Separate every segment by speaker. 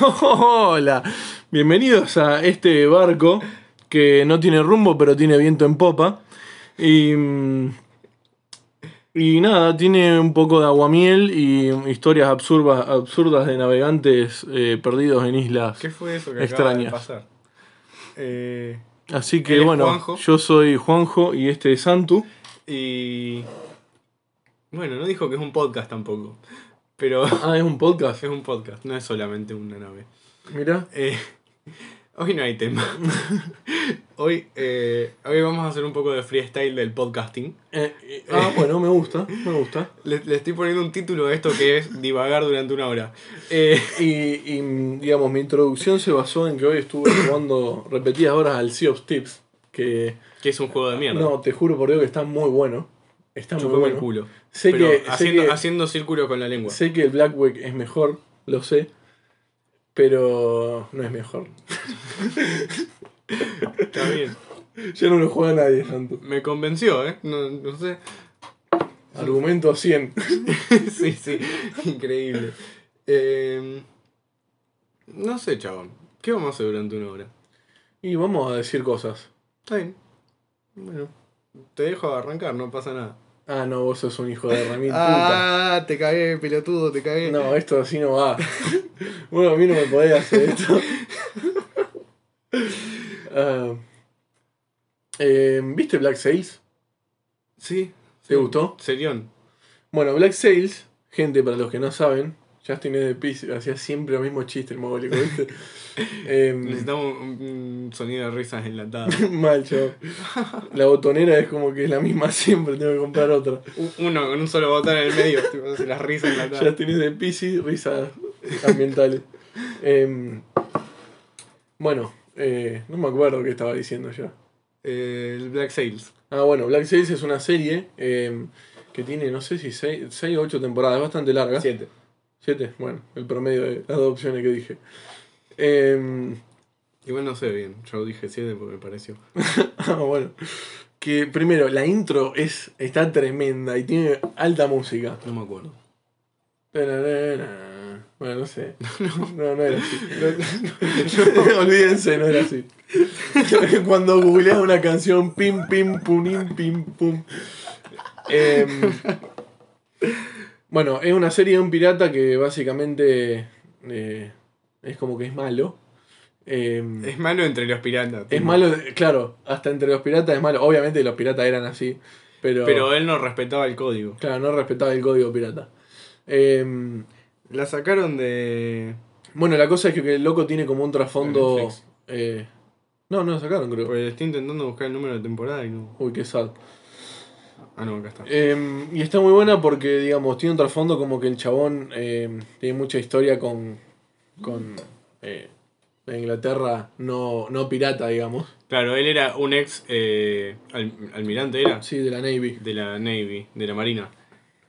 Speaker 1: Hola, bienvenidos a este barco que no tiene rumbo pero tiene viento en popa. Y, mm, y nada, tiene un poco de aguamiel y historias absurdas, absurdas de navegantes eh, perdidos en islas.
Speaker 2: ¿Qué fue eso que
Speaker 1: Extrañas.
Speaker 2: acaba de pasar? Eh,
Speaker 1: Así que
Speaker 2: Él es
Speaker 1: bueno,
Speaker 2: Juanjo.
Speaker 1: yo soy Juanjo y este es Santu.
Speaker 2: y. Bueno, no dijo que es un podcast tampoco. Pero
Speaker 1: Ah, es un podcast.
Speaker 2: es un podcast, no es solamente una nave.
Speaker 1: Mira.
Speaker 2: Eh, hoy no hay tema. hoy, eh, hoy vamos a hacer un poco de freestyle del podcasting.
Speaker 1: ah, bueno, me gusta, me gusta.
Speaker 2: Le, le estoy poniendo un título a esto que es divagar durante una hora. Eh,
Speaker 1: Y, y, mm, digamos, mi introducción se basó en que hoy estuve jugando repetidas horas al Sea of Tips, que
Speaker 2: que es un juego de mierda.
Speaker 1: no, te juro por Dios que está muy bueno. Está muy
Speaker 2: Chupame
Speaker 1: bueno.
Speaker 2: el culo.
Speaker 1: Sé,
Speaker 2: Pero
Speaker 1: que, sé,
Speaker 2: haciendo,
Speaker 1: que,
Speaker 2: haciendo círculo con la lengua.
Speaker 1: sé que el Blackwick es mejor, lo sé, pero no es mejor.
Speaker 2: Está bien.
Speaker 1: Ya no lo juega nadie, Santo.
Speaker 2: Me convenció, ¿eh? No, no sé.
Speaker 1: Argumento 100.
Speaker 2: sí, sí, increíble. Eh, no sé, chabón. ¿Qué vamos a hacer durante una hora?
Speaker 1: Y vamos a decir cosas.
Speaker 2: Está bien. Bueno, te dejo arrancar, no pasa nada.
Speaker 1: Ah, no, vos sos un hijo de remil puta.
Speaker 2: Ah, te cagué, pelotudo, te cagué.
Speaker 1: No, esto así no va. bueno, a mí no me podés hacer esto. Ah, eh, ¿Viste Black Sails?
Speaker 2: Sí.
Speaker 1: ¿Te gustó?
Speaker 2: Serión.
Speaker 1: Bueno, Black Sails, gente, para los que no saben, Justin es de Piz hacía siempre el mismo chiste, el mogólico, ¿viste? Em,
Speaker 2: Necesitamos un, un sonido de risas enlatadas.
Speaker 1: mal, chaval. La botonera es como que es la misma siempre, tengo que comprar otra.
Speaker 2: U- Uno con un solo botón en el medio. tipo, hace las risas
Speaker 1: Ya
Speaker 2: enlatadas.
Speaker 1: tenés de piscis, risas ambientales. Em, bueno, eh, no me acuerdo qué estaba diciendo yo.
Speaker 2: Eh, el Black Sails.
Speaker 1: Ah, bueno, Black Sails es una serie em, que tiene, no sé si 6 o 8 temporadas, es bastante larga.
Speaker 2: Siete.
Speaker 1: Siete, bueno, el promedio de las dos opciones que dije. Em,
Speaker 2: Igual no sé bien. Yo dije siete porque me pareció.
Speaker 1: ah, bueno, que primero, la intro es, está tremenda y tiene alta música.
Speaker 2: No me acuerdo.
Speaker 1: Bueno, no sé. No, no era así. Olvídense, no era así. Cuando googleas una canción, pim, pim, punim, pim, pum. Em, bueno, es una serie de un pirata que básicamente eh, es como que es malo. Em,
Speaker 2: Es malo entre los piratas.
Speaker 1: es
Speaker 2: tipo.
Speaker 1: malo, de- claro, hasta entre los piratas es malo. Obviamente los piratas eran así,
Speaker 2: Pero él no respetaba el código.
Speaker 1: claro, no respetaba el código pirata. Em,
Speaker 2: La sacaron de.
Speaker 1: Bueno, la cosa es que el loco tiene como un
Speaker 2: De
Speaker 1: trasfondo.
Speaker 2: Netflix.
Speaker 1: eh, no, no lo sacaron, creo.
Speaker 2: Porque estoy intentando buscar el número de temporada y no.
Speaker 1: Uy, qué sad.
Speaker 2: Ah, no, acá está.
Speaker 1: Eh, y está muy buena porque, digamos, tiene un trasfondo como que el chabón eh, tiene mucha historia con. con. eh, la Inglaterra no, no pirata, digamos.
Speaker 2: Claro, él era un ex eh, al- almirante, era
Speaker 1: Sí, de la Navy.
Speaker 2: de la Navy, de la Marina.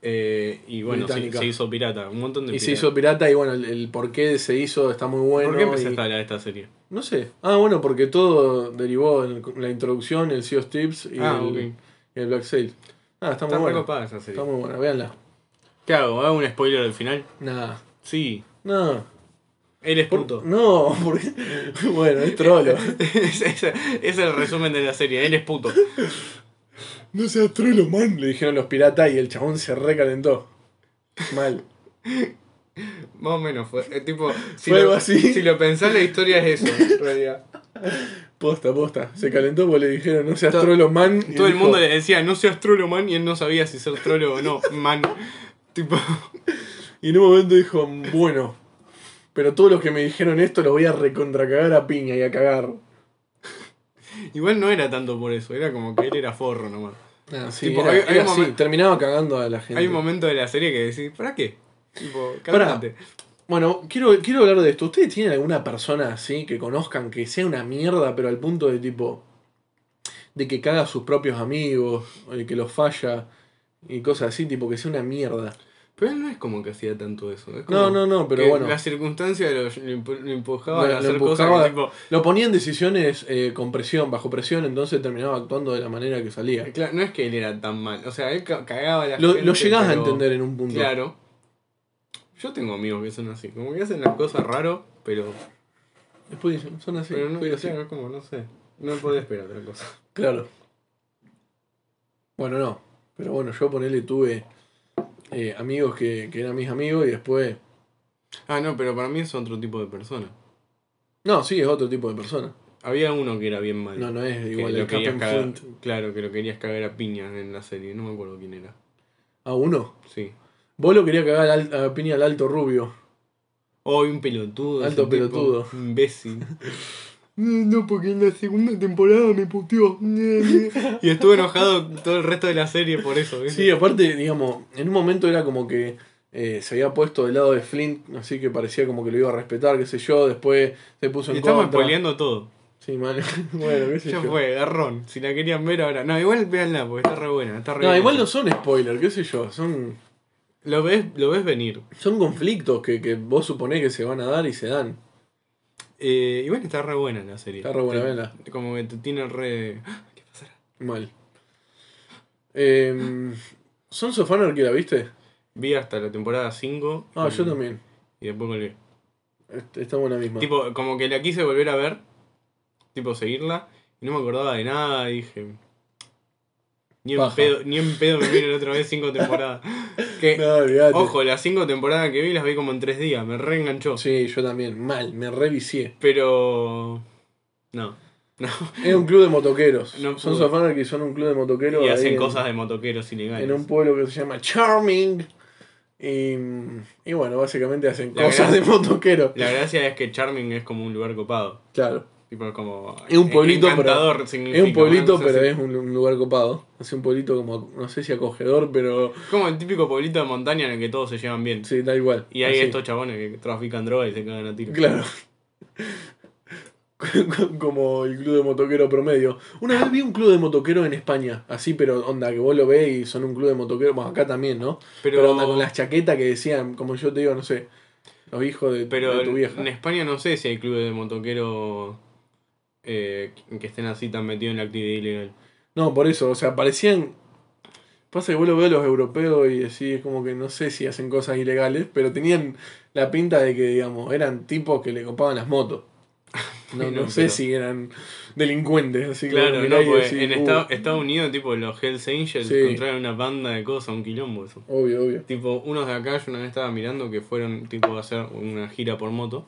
Speaker 2: Eh, y bueno, se,
Speaker 1: Británica.
Speaker 2: se hizo pirata, un montón de
Speaker 1: Y se
Speaker 2: piratas.
Speaker 1: hizo pirata y bueno, el, el por qué se hizo está muy bueno.
Speaker 2: ¿Por qué empezaste
Speaker 1: y-
Speaker 2: a hablar de esta serie?
Speaker 1: No sé. Ah, bueno, porque todo derivó en la introducción, el Sea of Tips y,
Speaker 2: ah,
Speaker 1: el,
Speaker 2: ok.
Speaker 1: y el Black Sail. Ah, está muy
Speaker 2: Está
Speaker 1: bueno.
Speaker 2: recopada esa serie.
Speaker 1: Está muy buena, véanla.
Speaker 2: ¿Qué hago? ¿Hago un spoiler al final?
Speaker 1: Nada.
Speaker 2: Sí.
Speaker 1: No,
Speaker 2: Él es
Speaker 1: por-
Speaker 2: puto.
Speaker 1: no, porque. Bueno, es trolo.
Speaker 2: es, es- es el resumen de la serie, él es puto.
Speaker 1: No seas trolo, man. Le dijeron los piratas y el chabón se recalentó. Mal.
Speaker 2: Más o menos fue. eh, tipo, si,
Speaker 1: Fue
Speaker 2: lo,
Speaker 1: algo así.
Speaker 2: si lo pensás, la historia es eso, en realidad.
Speaker 1: Posta, posta. Se calentó porque le dijeron, no seas
Speaker 2: To-
Speaker 1: trolo, man. y
Speaker 2: Todo el
Speaker 1: dijo,
Speaker 2: mundo le decía, no seas trolo, man, y él no sabía si ser trolo o no, man. Tipo,
Speaker 1: Y en un momento dijo, bueno. Pero todos los que me dijeron esto los voy a recontracagar a piña y a cagar.
Speaker 2: igual no era tanto por eso, era como que él era forro nomás.
Speaker 1: Ah, sí,
Speaker 2: Tipo,
Speaker 1: era-
Speaker 2: hay- hay
Speaker 1: era
Speaker 2: un
Speaker 1: así,
Speaker 2: momen-
Speaker 1: Terminaba cagando a la gente.
Speaker 2: Hay un momento de la serie que decís, ¿para qué? Tipo,
Speaker 1: Pará.
Speaker 2: cálmate.
Speaker 1: Bueno, quiero, quiero hablar de esto. ¿Ustedes tienen alguna persona así que conozcan que sea una mierda, pero al punto de tipo. de que caga a sus propios amigos, o de que los falla y cosas así, tipo que sea una mierda?
Speaker 2: Pero él no es como que hacía tanto eso. Es como
Speaker 1: No, no, no, pero
Speaker 2: que
Speaker 1: bueno.
Speaker 2: La circunstancia lo, lo impu- lo empujaba
Speaker 1: Lo-
Speaker 2: a
Speaker 1: lo
Speaker 2: hacer
Speaker 1: empujaba-
Speaker 2: cosas que, tipo,
Speaker 1: Lo ponía en decisiones eh, con presión, bajo presión, entonces terminaba actuando de la manera que salía.
Speaker 2: claro, no es que él era tan mal, o sea, él ca- cagaba a la
Speaker 1: Lo,
Speaker 2: gente.
Speaker 1: lo llegás a
Speaker 2: pero-
Speaker 1: entender en un punto.
Speaker 2: Claro. Yo tengo amigos que son así, como que hacen las cosas raro, pero.
Speaker 1: Después dicen, son así.
Speaker 2: pero no,
Speaker 1: soy así.
Speaker 2: claro, como, no sé. No podés esperar otra cosa.
Speaker 1: Claro. Bueno, no. Pero bueno, yo ponele tuve eh, amigos que, que eran mis amigos y después.
Speaker 2: Ah, no, pero para mí es otro tipo de persona.
Speaker 1: No, sí, es otro tipo de persona.
Speaker 2: Había uno que era bien malo.
Speaker 1: No, no es
Speaker 2: que
Speaker 1: igual
Speaker 2: lo
Speaker 1: el
Speaker 2: querías
Speaker 1: Captain
Speaker 2: cagar-
Speaker 1: Flint.
Speaker 2: Claro, que lo querías cagar a piñas en la serie, no me acuerdo quién era.
Speaker 1: A uno.
Speaker 2: Sí.
Speaker 1: Vos lo quería cagar al- a piña al alto rubio.
Speaker 2: Hoy un pelotudo.
Speaker 1: Alto
Speaker 2: ese tipo,
Speaker 1: pelotudo. Mm,
Speaker 2: Imbécil. No, porque en la segunda temporada me puteó. Y estuve enojado todo el resto de la serie por eso. ¿viste?
Speaker 1: Sí, aparte, digamos, en un momento era como que eh, se había puesto del lado de Flint, así que parecía como que lo iba a respetar, qué sé yo. Después se puso en
Speaker 2: Y estamos
Speaker 1: contra.
Speaker 2: spoileando todo.
Speaker 1: Sí, mal. bueno, qué sé
Speaker 2: Ya
Speaker 1: yo.
Speaker 2: fue, garrón. Si la querían ver ahora. No, igual véanla, porque está re buena. Está re
Speaker 1: No,
Speaker 2: bien
Speaker 1: igual
Speaker 2: hecha.
Speaker 1: no son spoilers, qué sé yo. Son,
Speaker 2: Lo ves, lo ves venir.
Speaker 1: son conflictos que, que vos suponés que se van a dar y se dan.
Speaker 2: Eh, igual está re buena la serie.
Speaker 1: Está re buena,
Speaker 2: Te-
Speaker 1: vela.
Speaker 2: Como que te tiene re. ¡Ah! ¿Qué pasará?
Speaker 1: Mal. Eh, ¿Son Sofaner que la viste?
Speaker 2: Vi hasta la temporada 5.
Speaker 1: Ah, yo también.
Speaker 2: Y después volví.
Speaker 1: Est- Estamos en la misma.
Speaker 2: Tipo, como que la quise volver a ver. Tipo, seguirla. Y no me acordaba de nada. y dije. Ni en,
Speaker 1: Paja.
Speaker 2: pedo, ni en pedo me miren otra vez cinco temporadas. Que,
Speaker 1: No, olvidate.
Speaker 2: ojo, las cinco temporadas que vi las vi como en tres días. Me reenganchó.
Speaker 1: Sí, yo también. Mal, me revicié.
Speaker 2: Pero. No. No.
Speaker 1: Es un club de motoqueros.
Speaker 2: No
Speaker 1: son
Speaker 2: pude.
Speaker 1: Sofaner que son un club de motoqueros.
Speaker 2: y
Speaker 1: ahí
Speaker 2: hacen
Speaker 1: en-
Speaker 2: cosas de motoqueros ilegales.
Speaker 1: en un pueblo que se llama Charming. Y, y bueno, básicamente hacen
Speaker 2: La
Speaker 1: cosas de
Speaker 2: gran-
Speaker 1: motoquero.
Speaker 2: La gracia es que Charming es como un lugar copado.
Speaker 1: Claro.
Speaker 2: Tipo, es como.
Speaker 1: Es un pueblito, pero-
Speaker 2: encantador
Speaker 1: Es
Speaker 2: significa,
Speaker 1: un pueblito,
Speaker 2: ¿no? No sé
Speaker 1: pero
Speaker 2: si-
Speaker 1: es un, un lugar copado. Es un pueblito como, no sé si acogedor, pero
Speaker 2: Como el típico pueblito de montaña en el que todos se llevan bien.
Speaker 1: sí, da igual.
Speaker 2: Y hay
Speaker 1: Así.
Speaker 2: estos chabones que trafican droga y se cagan a tiro.
Speaker 1: Claro. como el club de motoquero promedio. Una vez vi un club de motoquero en España, así, pero onda, que vos lo ves y son un club de motoquero. Bueno, acá también, ¿no? Pero,
Speaker 2: Pero,
Speaker 1: onda, con
Speaker 2: pero,
Speaker 1: las chaquetas que decían, como yo te digo, no sé, los hijos de, de tu vieja.
Speaker 2: en España no sé si hay clubes de motoqueros eh, que estén así tan metidos en la actividad ilegal.
Speaker 1: No, por eso, o sea, parecían. Pasa que vos lo ves a los europeos y decís, como que no sé si hacen cosas ilegales, pero tenían la pinta de que, digamos, eran tipos que le copaban las motos. No, no
Speaker 2: No,
Speaker 1: sé
Speaker 2: pero-
Speaker 1: si eran delincuentes, así que
Speaker 2: Claro,
Speaker 1: vos
Speaker 2: no,
Speaker 1: mirás y
Speaker 2: pues
Speaker 1: decís,
Speaker 2: en
Speaker 1: "Uh,
Speaker 2: Estados, Estados Unidos, tipo los Hells Angels,
Speaker 1: Sí.
Speaker 2: encontraron una banda de cosas, un quilombo eso.
Speaker 1: Obvio, obvio.
Speaker 2: Tipo, unos de acá, yo una vez estaba mirando que fueron tipo a hacer una gira por moto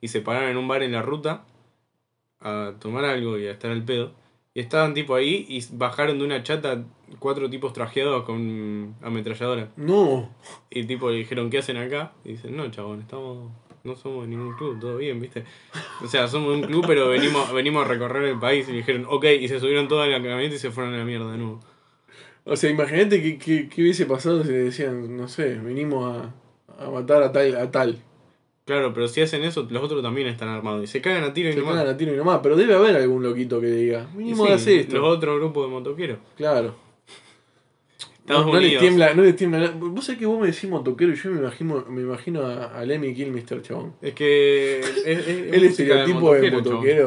Speaker 2: y se pararon en un bar en la ruta a tomar algo y a estar al pedo. Y estaban tipo ahí y bajaron de una chata cuatro tipos trajeados con ametralladora.
Speaker 1: No,
Speaker 2: Y tipo le dijeron, ¿qué hacen acá? Y dicen, no, chabón, estamos, no somos de ningún club, todo bien, ¿viste? O sea, somos de un club, pero venimos, venimos a recorrer el país y le dijeron, ok, y se subieron toda la camioneta y se fueron a la mierda de nuevo.
Speaker 1: o sea, imagínate que, que- que hubiese pasado si le decían, no sé, vinimos a, a matar a tal, a tal.
Speaker 2: Claro, pero si hacen eso, los otros también están armados y se cagan a tiro y
Speaker 1: Se
Speaker 2: nomás.
Speaker 1: cagan a tiro y nomás, pero debe haber algún loquito que diga,
Speaker 2: Y
Speaker 1: mínimo
Speaker 2: sí,
Speaker 1: hace esto.
Speaker 2: Los otros grupos de motoqueros.
Speaker 1: Claro.
Speaker 2: Estados
Speaker 1: no, no les
Speaker 2: Unidos.
Speaker 1: tiembla, no les tiembla. la- Vos sabés que vos me decís motoquero y yo me imagino, me imagino a, a Lemmy Kilmister, chabón.
Speaker 2: Es que. Es, es- es
Speaker 1: El
Speaker 2: música
Speaker 1: estereotipo de motoquero.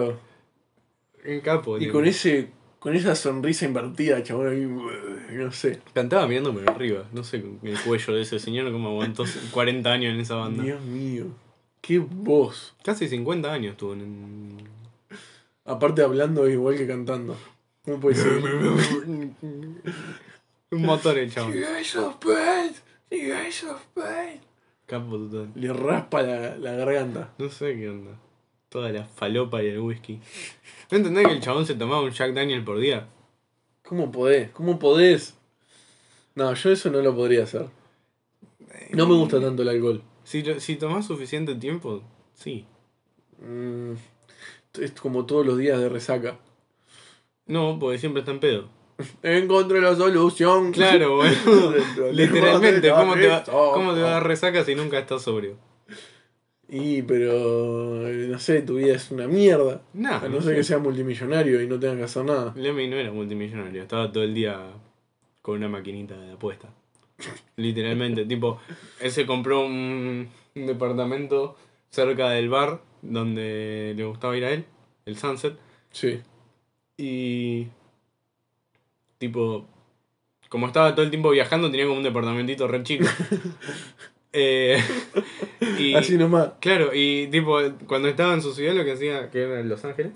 Speaker 2: chabón. Un capo.
Speaker 1: y
Speaker 2: tío.
Speaker 1: con ese con esa sonrisa invertida, chabón, ahí, no sé.
Speaker 2: Cantaba mirándome de arriba. No sé el cuello de ese señor cómo aguantó 40 años en esa banda.
Speaker 1: Dios mío. Qué voz.
Speaker 2: Casi 50 años tuvo en.
Speaker 1: Aparte hablando igual que cantando. No puede ser.
Speaker 2: Un motor el chabón.
Speaker 1: guys are bad. You guys are bad.
Speaker 2: Capo total.
Speaker 1: Le raspa la, la garganta.
Speaker 2: No sé qué onda. Toda la falopa y el whisky. ¿No entendés que el chabón se tomaba un Jack Daniel por día?
Speaker 1: ¿Cómo podés? ¿Cómo podés? No, yo eso no lo podría hacer. No me gusta tanto el alcohol.
Speaker 2: Si, lo- si tomás suficiente tiempo, sí.
Speaker 1: Mm, es como todos los días de resaca.
Speaker 2: No, porque siempre está en pedo.
Speaker 1: Encontré la solución.
Speaker 2: Claro, boludo.
Speaker 1: El problema
Speaker 2: Literalmente,
Speaker 1: de
Speaker 2: ¿cómo te, va,
Speaker 1: la resaca.
Speaker 2: ¿cómo te va a dar resaca si nunca estás sobrio?
Speaker 1: Y pero eh, no sé, tu vida es una mierda.
Speaker 2: Nah,
Speaker 1: A no ser que seas multimillonario y no tengas que hacer nada.
Speaker 2: Lemmy no era multimillonario, estaba todo el día con una maquinita de apuesta. Literalmente, tipo, él se compró un, un departamento cerca del bar donde le gustaba ir a él, el Sunset,
Speaker 1: Sí.
Speaker 2: y tipo, como estaba todo el tiempo viajando, tenía como un departamentito re chico. Eh, y,
Speaker 1: Así nomás.
Speaker 2: Claro, y tipo, cuando estaba en su ciudad, lo que hacía, que era en Los Ángeles,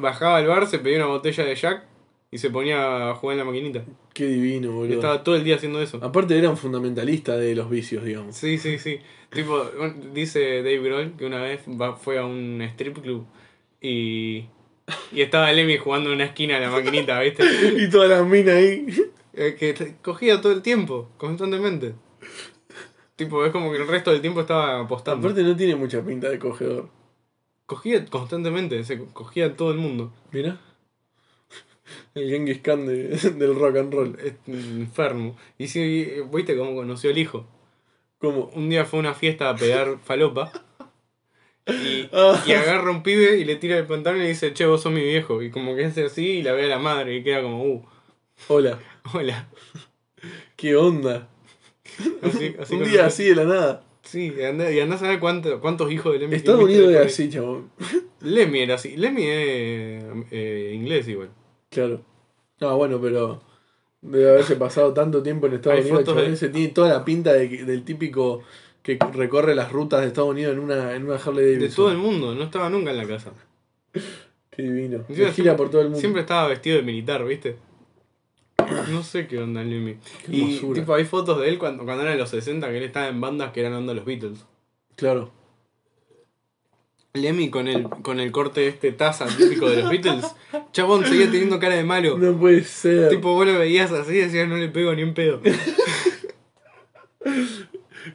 Speaker 2: bajaba al bar, se pedía una botella de Jack y se ponía a jugar en la maquinita.
Speaker 1: Qué Ah. divino,
Speaker 2: Y
Speaker 1: boludo.
Speaker 2: estaba todo el día haciendo eso.
Speaker 1: Aparte eran fundamentalistas de los vicios, digamos.
Speaker 2: Sí, sí, sí. Tipo, un- dice Dave Grohl que una vez va- fue a un strip club y, y estaba Lemmy jugando en una esquina a la maquinita, ¿viste?
Speaker 1: Y todas las minas ahí.
Speaker 2: Eh, Que te- cogía todo el tiempo, constantemente. Tipo, es como que el resto del tiempo estaba apostando.
Speaker 1: Aparte no tiene mucha pinta de cogedor.
Speaker 2: Cogía constantemente, se cogía a todo el mundo.
Speaker 1: Mira. El Genghis Khan de- del rock and roll.
Speaker 2: Es enfermo. Y si, viste cómo conoció el hijo.
Speaker 1: Como.
Speaker 2: Un día fue a una fiesta a pegar falopa. Y,
Speaker 1: Ah.
Speaker 2: y agarra un pibe y le tira el pantalón y le dice, che, vos sos mi viejo. Y como que hace así y la ve a la madre y queda como, uh,
Speaker 1: Hola.
Speaker 2: hola.
Speaker 1: ¿Qué onda?
Speaker 2: Así, así
Speaker 1: Un
Speaker 2: conoció-
Speaker 1: día así de la nada.
Speaker 2: Sí, andá- y andás a ver cuánto- cuántos hijos de Lemmy.
Speaker 1: Estados
Speaker 2: tuviste
Speaker 1: Unidos era
Speaker 2: después de-
Speaker 1: así, chabón.
Speaker 2: Lemmy era así. Lemmy es eh, inglés igual.
Speaker 1: Claro. No, bueno, pero debe haberse pasado tanto tiempo en Estados
Speaker 2: Hay
Speaker 1: Unidos,
Speaker 2: fotos
Speaker 1: chabón,
Speaker 2: de-
Speaker 1: ese tiene toda la pinta de que- del típico que recorre las rutas de Estados Unidos en una, en una Harley Davidson.
Speaker 2: De todo el mundo, no estaba nunca en la casa.
Speaker 1: Qué divino.
Speaker 2: Encima
Speaker 1: Y gira por todo el mundo.
Speaker 2: Siempre estaba vestido de militar, ¿viste? No sé qué onda Lemmy.
Speaker 1: Qué
Speaker 2: Y
Speaker 1: hermosura.
Speaker 2: tipo, hay fotos de él cuando, cuando era de los 60 que él estaba en bandas que eran onda los Beatles.
Speaker 1: Claro.
Speaker 2: Lemmy con el, con el corte de este taza típico de los Beatles, chabón seguía teniendo cara de malo.
Speaker 1: No puede ser.
Speaker 2: Tipo, vos lo veías así y decías, no le pego ni un pedo.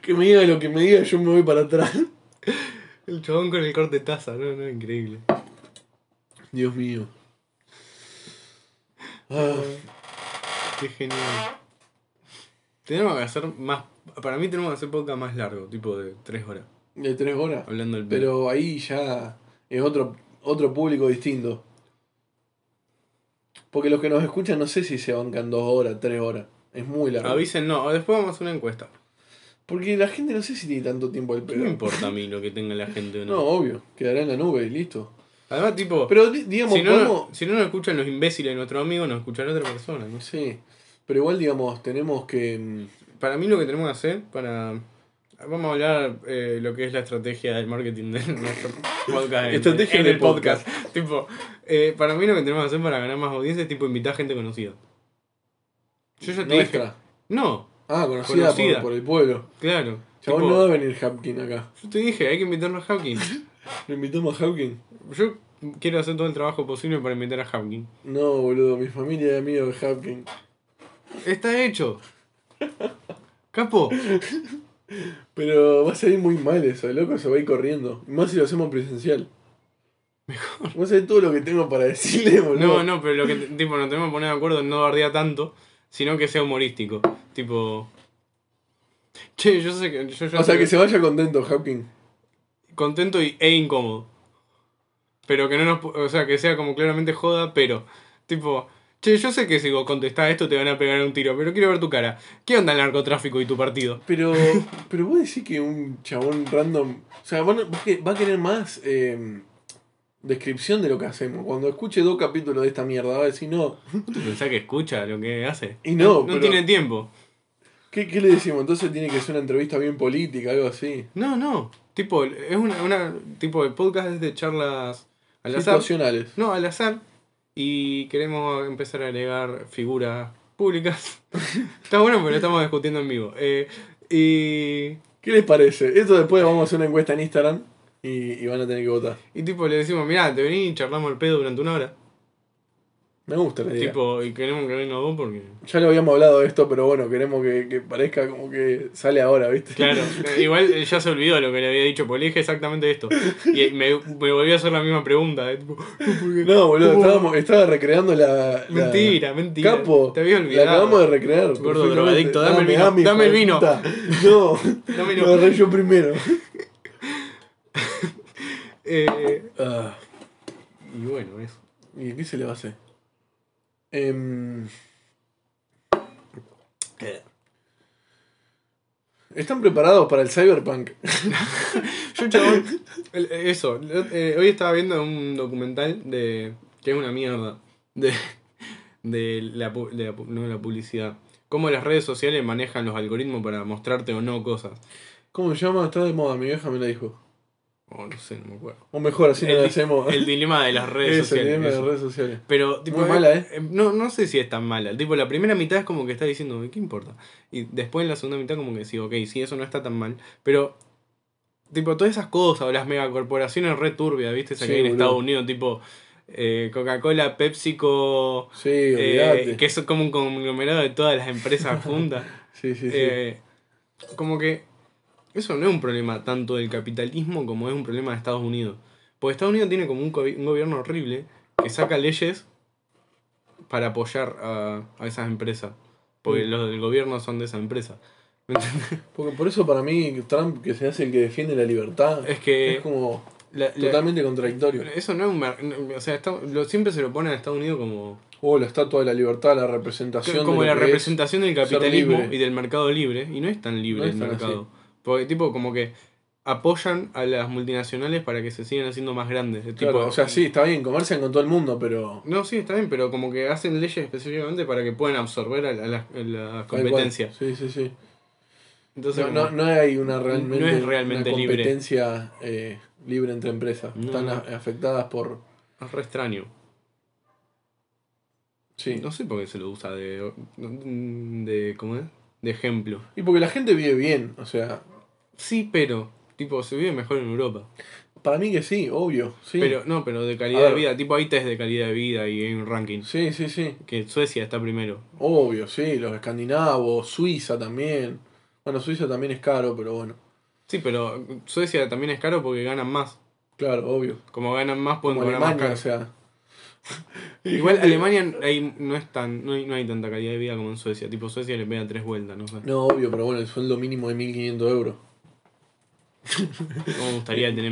Speaker 1: Que me diga lo que me diga, yo me voy para atrás.
Speaker 2: El chabón con el corte de taza, no, no, increíble.
Speaker 1: Dios mío. Ah,
Speaker 2: Qué genial. Tenemos que hacer más. Para mí, tenemos que hacer podcast más largo, tipo de 3 horas,
Speaker 1: de tres horas.
Speaker 2: hablando del pedo.
Speaker 1: Pero ahí ya es otro, otro público distinto. Porque los que nos escuchan no sé si se bancan dos horas, tres horas. Es muy largo.
Speaker 2: Avisen, no, o después vamos a hacer una encuesta.
Speaker 1: Porque la gente no sé si tiene tanto tiempo al
Speaker 2: ¿Qué me
Speaker 1: pedo.
Speaker 2: importa a mí lo que tenga la gente o no?
Speaker 1: No, obvio. Quedará en la nube y listo.
Speaker 2: Además, tipo,
Speaker 1: Pero di- digamos,
Speaker 2: si, no,
Speaker 1: podemos-
Speaker 2: si no nos escuchan los imbéciles de nuestro amigo, nos escuchará otra persona, ¿no?
Speaker 1: Sí. Pero igual, digamos, tenemos que... mm,
Speaker 2: Para mí lo que tenemos que hacer para... Vamos a hablar eh, lo que es la estrategia del marketing de nuestro podcast. en-
Speaker 1: Estrategia
Speaker 2: en
Speaker 1: del
Speaker 2: el podcast. tipo, eh, para mí lo que tenemos que hacer para ganar más audiencia es tipo invitar gente conocida. Yo ya te
Speaker 1: nuestra.
Speaker 2: dije. No,
Speaker 1: Ah, conocida, por-
Speaker 2: Conocida.
Speaker 1: Por, el pueblo.
Speaker 2: claro.
Speaker 1: Chabón,
Speaker 2: Tipo,
Speaker 1: no va a venir Hapkin acá.
Speaker 2: Yo te dije, hay que invitarlo a Hawkins.
Speaker 1: ¿Lo invitamos a Hapkin?
Speaker 2: Yo quiero hacer todo el trabajo posible para invitar a Hawkins.
Speaker 1: No, boludo. Mi familia de amigos de Hapkin.
Speaker 2: Está hecho. Capo.
Speaker 1: Pero va a salir muy mal eso, el loco se va a ir corriendo. Y Más si lo hacemos presencial. Mejor. Vos sabés todo lo que tengo para decirle, boludo.
Speaker 2: No, no, pero lo que tipo, nos tenemos que poner de acuerdo en no bardea tanto, sino que sea humorístico. Tipo. Che, yo sé que. Yo, yo
Speaker 1: O sea,
Speaker 2: sé
Speaker 1: que se vaya contento, Hawking.
Speaker 2: Contento y, e incómodo. Pero que no nos. pu- O sea, que sea como claramente joda, pero. Tipo. Che, yo sé que si vos contestás esto te van a pegar un tiro, pero quiero ver tu cara. ¿Qué onda el narcotráfico y tu partido?
Speaker 1: Pero, pero vos decís que un chabón random. O sea, van a- va a que- va a querer más eh, descripción de lo que hacemos. Cuando escuche dos capítulos de esta mierda, va a decir, no.
Speaker 2: Pensá que escucha lo que hace.
Speaker 1: Y no,
Speaker 2: No
Speaker 1: pero-
Speaker 2: tiene tiempo.
Speaker 1: ¿Qué, ¿Qué le decimos? Entonces tiene que ser una entrevista bien política, algo así.
Speaker 2: No, no. Tipo, es una, una- tipo de podcast es de charlas al azar.
Speaker 1: Situacionales.
Speaker 2: No, al azar. Y queremos empezar a agregar figuras públicas. Está bueno porque lo estamos discutiendo en vivo. Eh, y,
Speaker 1: ¿Qué les parece? Esto después vamos a hacer una encuesta en Instagram y, y van a tener que votar.
Speaker 2: y tipo le decimos, mirá, te venís y charlamos el pedo durante una hora.
Speaker 1: Me gusta la idea.
Speaker 2: Tipo, y queremos que venga vos porque...
Speaker 1: Ya lo habíamos hablado de esto, pero bueno, queremos que, que parezca como que sale ahora, ¿viste?
Speaker 2: Claro, eh, igual eh, ya se olvidó lo que le había dicho, porque le dije exactamente esto. Y me, me volvió a hacer la misma pregunta. eh, tipo,
Speaker 1: No, boludo,
Speaker 2: Uh.
Speaker 1: estábamos, estaba recreando la. la-
Speaker 2: mentira, mentira.
Speaker 1: Capo,
Speaker 2: Te había
Speaker 1: La
Speaker 2: olvidado.
Speaker 1: acabamos de recrear. perfectamente.
Speaker 2: drogadicto, dame el vino,
Speaker 1: hijo
Speaker 2: dame el
Speaker 1: de
Speaker 2: vino.
Speaker 1: puta. No,
Speaker 2: Dame
Speaker 1: lo
Speaker 2: no.
Speaker 1: agarré yo primero.
Speaker 2: Eh,
Speaker 1: Ah,
Speaker 2: y bueno, eso.
Speaker 1: ¿Y qué se le va a hacer? Em, ¿Están preparados para el cyberpunk?
Speaker 2: Yo, chabón, el- eso. el- eh, hoy estaba viendo un documental de. que es una mierda. De. de la, pu- de la pu- no de la publicidad. cómo las redes sociales manejan los algoritmos para mostrarte o no cosas.
Speaker 1: ¿Cómo se llama? Está de moda, mi vieja me la dijo.
Speaker 2: O Oh, no sé, no me acuerdo.
Speaker 1: O mejor, así no
Speaker 2: El
Speaker 1: la
Speaker 2: di-
Speaker 1: hacemos.
Speaker 2: El dilema de las redes
Speaker 1: Eso, el
Speaker 2: sociales.
Speaker 1: dilema de
Speaker 2: eso.
Speaker 1: las redes sociales.
Speaker 2: Pero, tipo, em,
Speaker 1: Muy mala, ¿eh?
Speaker 2: No, no sé si es tan mala. Tipo, la primera mitad es como que está diciendo, ¿qué importa? Y después en la segunda mitad como que sí, ok, sí, eso no está tan mal. Pero, tipo, todas esas cosas, o las megacorporaciones re turbias, ¿viste? Esa
Speaker 1: Sí,
Speaker 2: que hay en
Speaker 1: boludo.
Speaker 2: Estados Unidos, tipo eh, Coca-Cola, PepsiCo,
Speaker 1: Sí,
Speaker 2: eh,
Speaker 1: olvídate.
Speaker 2: que es como un conglomerado de todas las empresas juntas.
Speaker 1: sí, sí, sí.
Speaker 2: Eh, como que eso no es un problema tanto del capitalismo como es un problema de Estados Unidos. Porque Estados Unidos tiene como un, gobi- un gobierno horrible que saca leyes para apoyar a, a esas empresas. Porque
Speaker 1: Mm.
Speaker 2: los del gobierno son de esa empresa. ¿Me entendés?
Speaker 1: Porque por eso para mí Trump, que se hace el que defiende la libertad, es,
Speaker 2: Es que
Speaker 1: como
Speaker 2: la- la-
Speaker 1: totalmente contradictorio.
Speaker 2: eso no es un... mar- no, O sea, Esta- lo- siempre se lo ponen a Estados Unidos como,
Speaker 1: O Oh, la estatua de la libertad, la representación.
Speaker 2: como
Speaker 1: de lo
Speaker 2: la
Speaker 1: que es.
Speaker 2: representación del capitalismo
Speaker 1: libre.
Speaker 2: y del mercado libre. Y no es tan libre
Speaker 1: No es
Speaker 2: el
Speaker 1: tan
Speaker 2: mercado.
Speaker 1: así.
Speaker 2: Porque tipo como que apoyan a las multinacionales para que se sigan haciendo más grandes. de
Speaker 1: Claro,
Speaker 2: tipo-
Speaker 1: o sea, sí, está bien, comercian con todo el mundo, pero.
Speaker 2: No, sí, está bien, pero como que hacen leyes específicamente para que puedan absorber a la- a las a las
Speaker 1: tal cual.
Speaker 2: competencias.
Speaker 1: Sí, sí, sí.
Speaker 2: Entonces,
Speaker 1: No,
Speaker 2: como-
Speaker 1: no, no hay una realmente,
Speaker 2: No es realmente
Speaker 1: una
Speaker 2: libre.
Speaker 1: competencia eh, libre entre empresas.
Speaker 2: No,
Speaker 1: Están
Speaker 2: no.
Speaker 1: a- afectadas por.
Speaker 2: es re extraño.
Speaker 1: Sí.
Speaker 2: No sé por qué se lo usa de. de ¿Cómo es? De ejemplo.
Speaker 1: Y porque la gente vive bien, o sea,
Speaker 2: Sí, pero. Tipo, se vive mejor en Europa.
Speaker 1: para mí que sí, obvio, sí.
Speaker 2: Pero, no, pero de
Speaker 1: A
Speaker 2: calidad de
Speaker 1: ver.
Speaker 2: vida. Tipo, hay test de calidad de vida y hay un ranking.
Speaker 1: Sí, sí, sí,
Speaker 2: Que Suecia está primero.
Speaker 1: obvio, sí, los escandinavos, Suiza también. Bueno, Suiza también es caro, pero bueno,
Speaker 2: Sí, pero Suecia también es caro porque ganan más.
Speaker 1: claro, obvio.
Speaker 2: Como ganan más, pueden
Speaker 1: Como
Speaker 2: cobrar más
Speaker 1: Alemania,
Speaker 2: caro.
Speaker 1: o sea.
Speaker 2: Igual Alemania hay- no es tan, no hay, no hay tanta calidad de vida como en Suecia. Tipo, Suecia le pega tres vueltas, no sé.
Speaker 1: No, obvio, pero bueno, el sueldo mínimo de 1500 euros.
Speaker 2: ¿Cómo me gustaría tener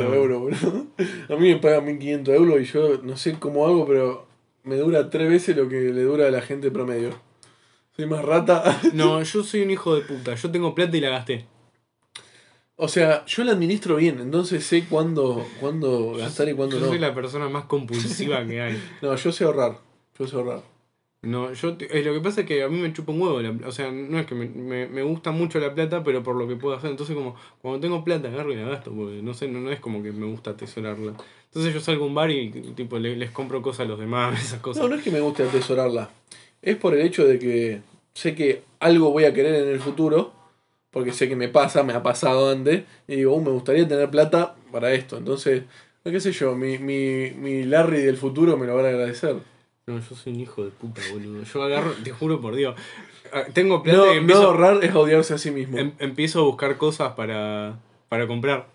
Speaker 1: 1500
Speaker 2: euros?
Speaker 1: euros, boludo. A mí me pagan 1500 euros y yo no sé cómo hago, pero me dura tres veces lo que le dura a la gente promedio. Soy más rata.
Speaker 2: No, yo soy un hijo de puta. Yo tengo plata y la gasté.
Speaker 1: O sea, yo la administro bien, entonces sé cuándo, cuándo gastar y cuándo
Speaker 2: Yo
Speaker 1: no.
Speaker 2: soy la persona más compulsiva que hay.
Speaker 1: No, yo sé ahorrar. Yo sé ahorrar.
Speaker 2: No, yo te- eh, lo que pasa es que a mí me chupa un huevo. la- o sea, no es que me, me, me gusta mucho la plata, pero por lo que puedo hacer. Entonces, como cuando tengo plata, agarro y la gasto. Porque no sé, no, no es como que me gusta atesorarla. Entonces, yo salgo a un bar y tipo le- les compro cosas a los demás, esas cosas.
Speaker 1: No, no es que me guste atesorarla. Es por el hecho de que sé que algo voy a querer en el futuro, porque sé que me pasa, me ha pasado antes, y digo, "Uh, me gustaría tener plata para esto. Entonces, no, qué sé yo, mi, mi, mi Larry del futuro me lo van a agradecer.
Speaker 2: No, yo soy un hijo de puta, boludo. Yo agarro, te juro por Dios. ah, Tengo plata y
Speaker 1: No, no
Speaker 2: empiezo,
Speaker 1: ahorrar es odiarse a sí mismo.
Speaker 2: em- empiezo a buscar cosas para, para comprar.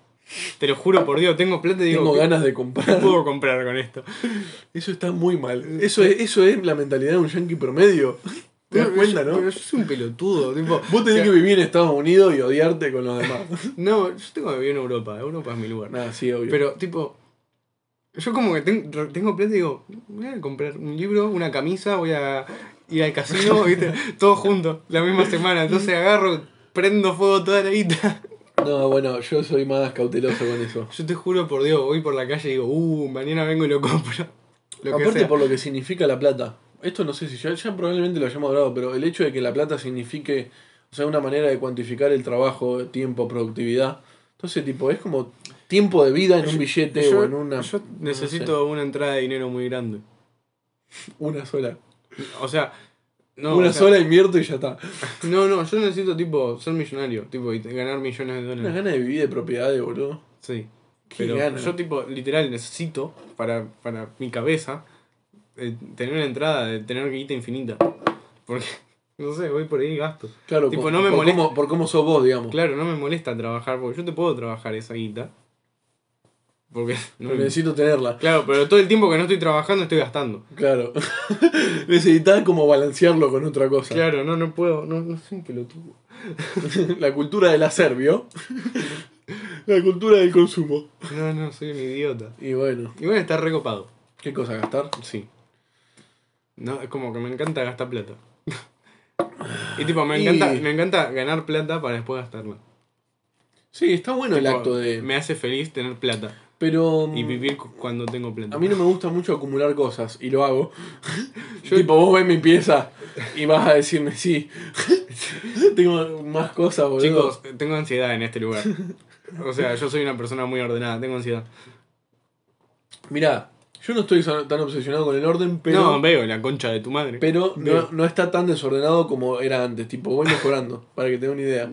Speaker 2: Te lo juro por Dios, tengo plata y digo, em,
Speaker 1: Tengo
Speaker 2: ¿qué
Speaker 1: ganas de comprar.
Speaker 2: puedo comprar con esto?
Speaker 1: Eso está muy
Speaker 2: em,
Speaker 1: mal. Eso es, eso es la mentalidad de un yankee promedio. Te das cuenta,
Speaker 2: Pero
Speaker 1: ¿no?
Speaker 2: yo soy un pelotudo, tipo.
Speaker 1: Vos tenés que vivir en Estados Unidos y odiarte con los demás.
Speaker 2: No, yo tengo que vivir en Europa, Europa es mi lugar.
Speaker 1: Nada, sí, obvio.
Speaker 2: Pero, tipo, yo como que ten- re- tengo plata y digo, voy a comprar un libro, una camisa, voy a ir al casino, ¿viste? todo junto, la misma semana. Entonces agarro, prendo fuego toda la guita.
Speaker 1: No, bueno, yo soy más cauteloso con eso.
Speaker 2: Yo te juro por Dios, voy por la calle y digo, uh, mañana vengo y lo compro. Lo que
Speaker 1: Aparte
Speaker 2: sea.
Speaker 1: por lo que significa la plata. Esto no sé si ya, ya probablemente lo hayamos hablado, pero el hecho de que la plata signifique, o sea, una manera de cuantificar el trabajo, tiempo, productividad. Entonces, tipo, es como tiempo de vida en un billete o en una,
Speaker 2: yo
Speaker 1: no
Speaker 2: necesito una entrada de dinero muy grande.
Speaker 1: una sola.
Speaker 2: O sea, no.
Speaker 1: una
Speaker 2: o sea, Mm.
Speaker 1: sola invierto y ya está.
Speaker 2: No, no, yo necesito, tipo, ser millonario, tipo, y ganar millones de
Speaker 1: Unas
Speaker 2: dólares.
Speaker 1: ganas de vivir de propiedades, boludo.
Speaker 2: Sí.
Speaker 1: Qué
Speaker 2: Pero
Speaker 1: gana.
Speaker 2: yo, tipo, literal, necesito, para, para mi cabeza, eh, tener una entrada, de tener guita infinita. Porque, no sé, voy por ahí y gasto.
Speaker 1: Claro,
Speaker 2: tipo,
Speaker 1: por,
Speaker 2: no me
Speaker 1: por
Speaker 2: molesta.
Speaker 1: cómo, por cómo sos vos, digamos.
Speaker 2: Claro, no me molesta trabajar, porque yo te puedo trabajar esa guita. Porque. no
Speaker 1: Pero
Speaker 2: me-
Speaker 1: Necesito tenerla.
Speaker 2: Claro, pero todo el tiempo que no estoy trabajando estoy gastando.
Speaker 1: Claro. Necesitas como balancearlo con otra cosa.
Speaker 2: Claro, no, no puedo, no, no soy un pelotudo.
Speaker 1: La cultura del hacer, ¿vio? La cultura del consumo.
Speaker 2: No, no, soy un idiota.
Speaker 1: Y bueno,
Speaker 2: Igual está recopado,
Speaker 1: ¿qué cosa gastar?
Speaker 2: sí. No, es como que me encanta gastar plata. Y tipo, me
Speaker 1: Y-
Speaker 2: encanta, me encanta ganar plata para después gastarla.
Speaker 1: Sí, está bueno el
Speaker 2: Tipo,
Speaker 1: acto de...
Speaker 2: Me hace feliz tener plata
Speaker 1: Pero...
Speaker 2: y
Speaker 1: mm,
Speaker 2: vivir cu- cuando tengo plata.
Speaker 1: A mí no me gusta mucho acumular cosas y lo hago.
Speaker 2: Yo-
Speaker 1: tipo, vos ves mi pieza. y vas a decirme sí. Tengo más cosas, boludo.
Speaker 2: Chicos, tengo ansiedad en este lugar. O sea, yo soy una persona muy ordenada, tengo ansiedad.
Speaker 1: Mirá, yo no estoy so- tan obsesionado con el orden, pero.
Speaker 2: no, veo la concha de tu madre.
Speaker 1: Pero
Speaker 2: Bien.
Speaker 1: no, no está tan desordenado como era antes. Tipo, voy mejorando, para que tengan una idea.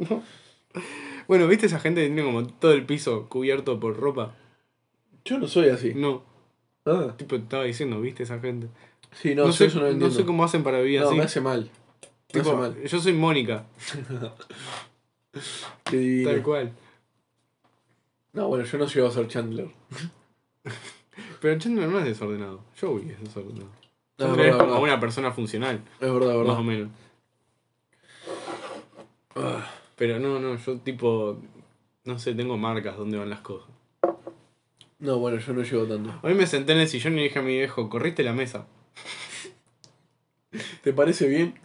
Speaker 2: Bueno, ¿viste esa gente que tiene como todo el piso cubierto por ropa?
Speaker 1: Yo no soy así.
Speaker 2: No,
Speaker 1: Ah,
Speaker 2: tipo te estaba diciendo, ¿viste esa gente?
Speaker 1: sí, no,
Speaker 2: No,
Speaker 1: yo
Speaker 2: sé,
Speaker 1: eso no
Speaker 2: no
Speaker 1: lo entiendo.
Speaker 2: sé cómo hacen para vivir
Speaker 1: No,
Speaker 2: así.
Speaker 1: me hace mal. Me hace
Speaker 2: Tipo,
Speaker 1: mal.
Speaker 2: Yo soy Mónica,
Speaker 1: Qué divino.
Speaker 2: tal cual.
Speaker 1: No, bueno, yo no llego a ser Chandler.
Speaker 2: Pero Chandler no es desordenado. Joey es desordenado.
Speaker 1: No,
Speaker 2: Chandler es
Speaker 1: es, verdad,
Speaker 2: como
Speaker 1: verdad.
Speaker 2: una persona funcional,
Speaker 1: es verdad,
Speaker 2: más o
Speaker 1: verdad.
Speaker 2: menos.
Speaker 1: Ah,
Speaker 2: Pero no, no, yo tipo. No sé, tengo marcas donde van las cosas.
Speaker 1: No, bueno, yo no llego tanto.
Speaker 2: Hoy me senté en el sillón y dije a mi viejo, corriste la mesa.
Speaker 1: ¿Te parece bien?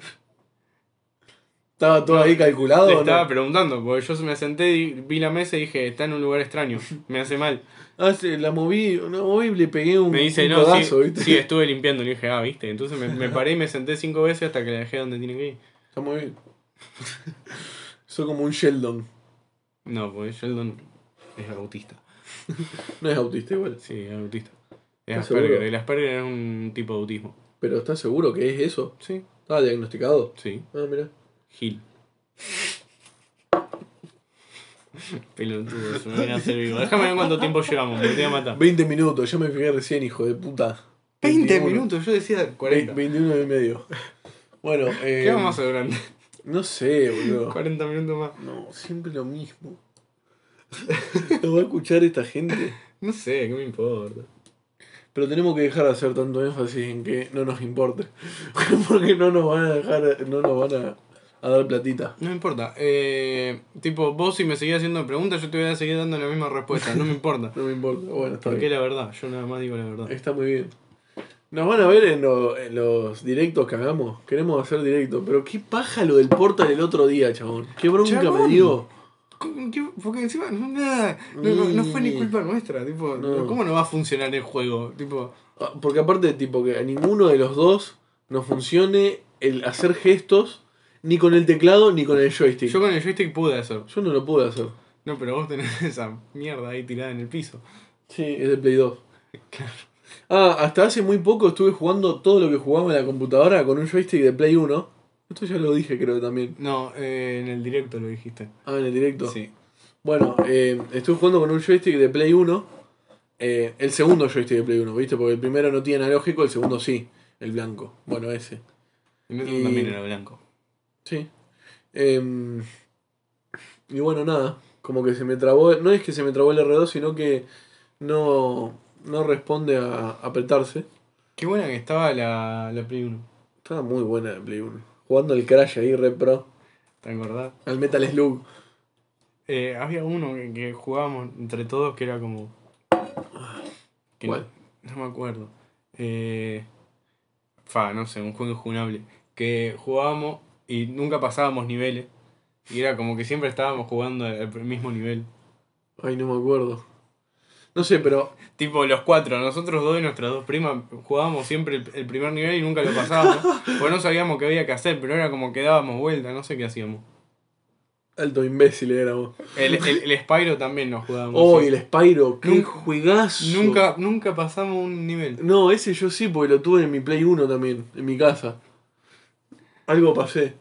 Speaker 1: ¿Estaba todo ahí calculado?
Speaker 2: Le
Speaker 1: o
Speaker 2: estaba
Speaker 1: Ah, no?
Speaker 2: preguntando, porque yo me senté y vi la mesa y dije, está en un lugar extraño, me hace mal.
Speaker 1: Ah, sí, la moví, la moví y le pegué un,
Speaker 2: Me dice,
Speaker 1: un
Speaker 2: no,
Speaker 1: codazo,
Speaker 2: sí,
Speaker 1: ¿viste?
Speaker 2: sí, estuve limpiando. Le dije, ah, viste. Entonces me, me paré y me senté cinco veces hasta que la dejé donde tiene que ir.
Speaker 1: Está muy bien. Soy como un Sheldon.
Speaker 2: No, porque Sheldon es autista.
Speaker 1: No es autista igual.
Speaker 2: Sí, es autista. Es
Speaker 1: ¿Estás
Speaker 2: Asperger.
Speaker 1: seguro?
Speaker 2: El Asperger es un tipo de autismo.
Speaker 1: Pero ¿estás seguro que es eso?
Speaker 2: Sí,
Speaker 1: ¿Estaba diagnosticado?
Speaker 2: sí.
Speaker 1: Ah, mira.
Speaker 2: Gil. Pelotudo, se me viene a hacer vivo. Déjame ver cuánto tiempo llevamos, me voy a matar.
Speaker 1: 20 minutos, yo me fijé recién, hijo de puta.
Speaker 2: 20
Speaker 1: 21.
Speaker 2: minutos, yo decía
Speaker 1: Ve-
Speaker 2: 40.
Speaker 1: 21 y medio. Bueno, eh,
Speaker 2: ¿Qué vamos a hacer durante?
Speaker 1: no sé, boludo.
Speaker 2: 40 minutos más.
Speaker 1: No, siempre lo mismo. Lo va a escuchar esta gente.
Speaker 2: No sé, ¿qué me importa?
Speaker 1: Pero tenemos que dejar de hacer tanto énfasis en que no nos importe. Porque no nos van a dejar, no nos van a, a dar platita.
Speaker 2: No me importa. Eh, tipo, vos si me seguís haciendo preguntas, yo te voy a seguir dando la misma respuesta. No me importa.
Speaker 1: No me importa. Bueno, está
Speaker 2: Porque
Speaker 1: bien.
Speaker 2: la verdad, yo nada más digo la verdad.
Speaker 1: Está muy bien. Nos van a ver en, lo- en los directos que hagamos. Queremos hacer directo. Pero qué paja lo del portal el otro día, chabón. Qué bronca me
Speaker 2: Chabón.
Speaker 1: dio.
Speaker 2: ¿Cómo- qué- Porque encima, no, nada, no, no, no fue ni culpa nuestra. Tipo,
Speaker 1: No.
Speaker 2: ¿cómo Mm. no va a funcionar el juego? Tipo,
Speaker 1: Ah, Porque aparte, tipo, que a ninguno de los dos nos funcione el hacer gestos ni con el teclado ni con el joystick.
Speaker 2: yo con el joystick pude hacer.
Speaker 1: Yo no lo pude hacer.
Speaker 2: No, pero vos tenés esa mierda ahí tirada en el piso.
Speaker 1: Sí, es de Play 2.
Speaker 2: Claro.
Speaker 1: Ah, hasta hace muy poco estuve jugando todo lo que jugaba en la computadora con un joystick de Play 1. Esto ya lo dije, creo también.
Speaker 2: No, eh, en el directo lo dijiste.
Speaker 1: Ah, en el directo.
Speaker 2: Sí.
Speaker 1: Bueno, eh, estuve jugando con un joystick de Play 1. eh, el segundo joystick de Play 1, ¿viste? Porque el primero no tiene analógico, el segundo sí. El blanco. Bueno, ese.
Speaker 2: Y no
Speaker 1: Y-
Speaker 2: también era blanco.
Speaker 1: Sí. Em, y bueno, nada. Como que se me trabó. No es que se me trabó el R2, sino que no, no responde a apretarse.
Speaker 2: Qué buena que estaba la, la Play 1.
Speaker 1: Estaba muy buena de Play 1. Jugando al Crash ahí, re pro.
Speaker 2: ¿Te acordás?
Speaker 1: Al Metal Slug.
Speaker 2: Eh, había uno que, que jugábamos entre todos que era como. que
Speaker 1: ¿Cuál?
Speaker 2: No, no me acuerdo. Eh, fa, no sé, un juego injugable. Que jugábamos y nunca pasábamos niveles. Y era como que siempre estábamos jugando al al mismo nivel.
Speaker 1: Ay, no me acuerdo. No sé, pero.
Speaker 2: Tipo, los cuatro, nosotros dos y nuestras dos primas jugábamos siempre el, el primer nivel y nunca lo pasábamos. pues no sabíamos qué había que hacer, pero era como que dábamos vuelta, no sé qué hacíamos.
Speaker 1: Alto imbécil era vos.
Speaker 2: El, el, el Spyro también nos jugábamos.
Speaker 1: Oh, y el Spyro. ¡Qué
Speaker 2: Nunca-
Speaker 1: juegazo!
Speaker 2: Nunca, nunca pasamos un nivel.
Speaker 1: No, ese yo sí, porque lo tuve en mi Play 1 también, en mi casa. Algo pasé.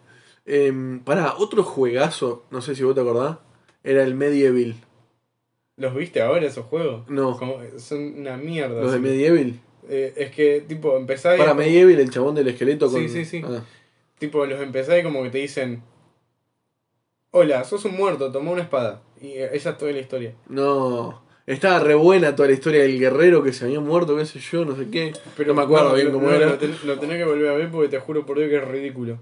Speaker 1: Em, pará, otro juegazo, no sé si vos te acordás, era el Medieval.
Speaker 2: ¿Los viste ahora esos juegos?
Speaker 1: No,
Speaker 2: Como- son una mierda.
Speaker 1: los de
Speaker 2: así.
Speaker 1: Medieval.
Speaker 2: Eh, es que, tipo, empezás y,
Speaker 1: Para Medieval, el chabón del esqueleto con.
Speaker 2: eh, Sí, sí, sí.
Speaker 1: Ah,
Speaker 2: tipo, los empezás y como que te dicen: Hola, sos un muerto, toma una espada. Y eh, esa es toda la historia.
Speaker 1: no. Estaba re buena toda la historia del guerrero que se había muerto, qué sé yo, no sé qué.
Speaker 2: Pero
Speaker 1: No me acuerdo bien
Speaker 2: lo-
Speaker 1: cómo
Speaker 2: no,
Speaker 1: era.
Speaker 2: Lo, ten- lo tenés que volver a ver porque te juro por Dios que es ridículo.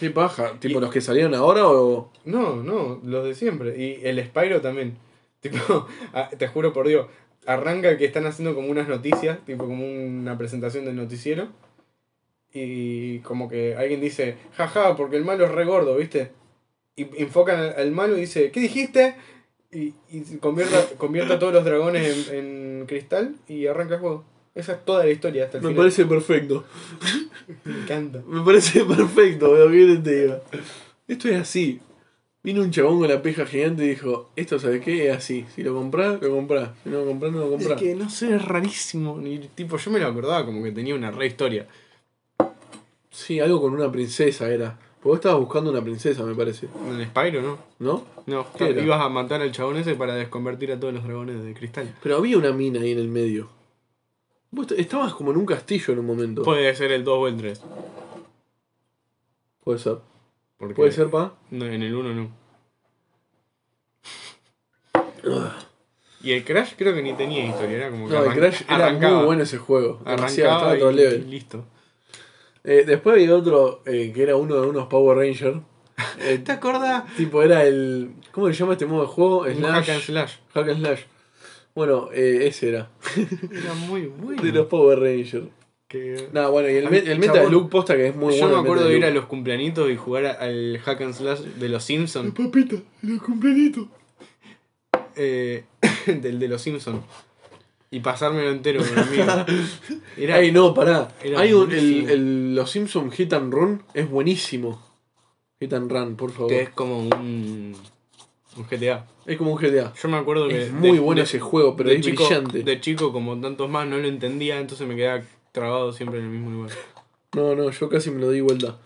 Speaker 1: Qué paja. ¿Tipo
Speaker 2: Y-
Speaker 1: los que salieron ahora o.?
Speaker 2: No, no, los de siempre. Y el Spyro también. Tipo, a- te juro por Dios. Arranca que están haciendo como unas noticias, tipo como una presentación del noticiero. Y como que alguien dice, jaja, porque el malo es re gordo, ¿viste? Y enfocan al, al malo y dice, ¿qué dijiste? Y, y convierte, convierte a todos los dragones en, en cristal y arranca el juego.
Speaker 3: Esa es toda la historia hasta el
Speaker 1: Me
Speaker 3: final.
Speaker 1: parece perfecto.
Speaker 3: Me encanta.
Speaker 1: Me parece perfecto, lo que te digo. Esto es así. Vino un chabón con la peja gigante y dijo, esto sabes qué, es así. Si lo compras, lo compras. Si no lo compras, no lo
Speaker 2: Es
Speaker 1: compras.
Speaker 2: que no sé, es rarísimo. Ni, tipo, yo me lo acordaba como que tenía una re historia.
Speaker 1: Sí, algo con una princesa era. Porque vos estabas buscando una princesa, me parece.
Speaker 2: En el Spyro, ¿no?
Speaker 1: ¿No?
Speaker 2: No,
Speaker 1: ¿Qué era?
Speaker 2: ibas a matar al chabón ese para desconvertir a todos los dragones de cristal.
Speaker 1: Pero había una mina ahí en el medio. Vos est- estabas como en un castillo en un momento.
Speaker 2: Puede ser el 2 o el 3.
Speaker 1: Puede ser.
Speaker 2: Porque
Speaker 1: Puede ser, pa.
Speaker 2: no, en el 1 no. Y el Crash creo que ni tenía historia, era como que
Speaker 1: No, el
Speaker 2: arran-
Speaker 1: Crash era
Speaker 2: arrancaba.
Speaker 1: muy bueno ese juego. Demasiado,
Speaker 2: Arrancaba
Speaker 1: estaba
Speaker 2: y,
Speaker 1: todo
Speaker 2: y
Speaker 1: level.
Speaker 2: listo.
Speaker 1: Eh, después había otro eh, que era uno de unos Power Rangers. Eh,
Speaker 2: ¿Te acordás?
Speaker 1: tipo, era el. ¿Cómo se llama este modo de juego?
Speaker 2: Un
Speaker 1: Slash.
Speaker 2: hack and slash.
Speaker 1: Hack and slash. Bueno, eh, ese era.
Speaker 2: Era muy bueno.
Speaker 1: De los Power Rangers.
Speaker 2: Que-
Speaker 1: Nah, bueno, y el,
Speaker 2: A mí,
Speaker 1: me- el Metal
Speaker 2: chabón,
Speaker 1: Slug posta que es muy
Speaker 2: Yo
Speaker 1: bueno.
Speaker 2: me
Speaker 1: el
Speaker 2: acuerdo
Speaker 1: Metal
Speaker 2: de ir a
Speaker 1: Slug.
Speaker 2: los cumpleañitos y jugar a- al hack and slash de los Simpsons.
Speaker 3: Papita, los cumpleañitos.
Speaker 2: eh, del de los Simpsons. Y pasármelo entero con amigo. Era,
Speaker 1: Ay, no, pará.
Speaker 2: era
Speaker 1: Hay un- el,
Speaker 2: buenísimo.
Speaker 1: el- los Simpsons Hit and Run es buenísimo. Hit and Run, por favor.
Speaker 2: que es como un, un GTA.
Speaker 1: Es como un GTA.
Speaker 2: Yo me acuerdo que.
Speaker 1: Es
Speaker 2: de-
Speaker 1: muy bueno
Speaker 2: de-
Speaker 1: ese juego, pero
Speaker 2: de
Speaker 1: es
Speaker 2: chico,
Speaker 1: brillante.
Speaker 2: De chico, como tantos más, no lo entendía, entonces me quedaba trabado siempre en el mismo lugar.
Speaker 1: No, no, yo casi me lo di vuelta.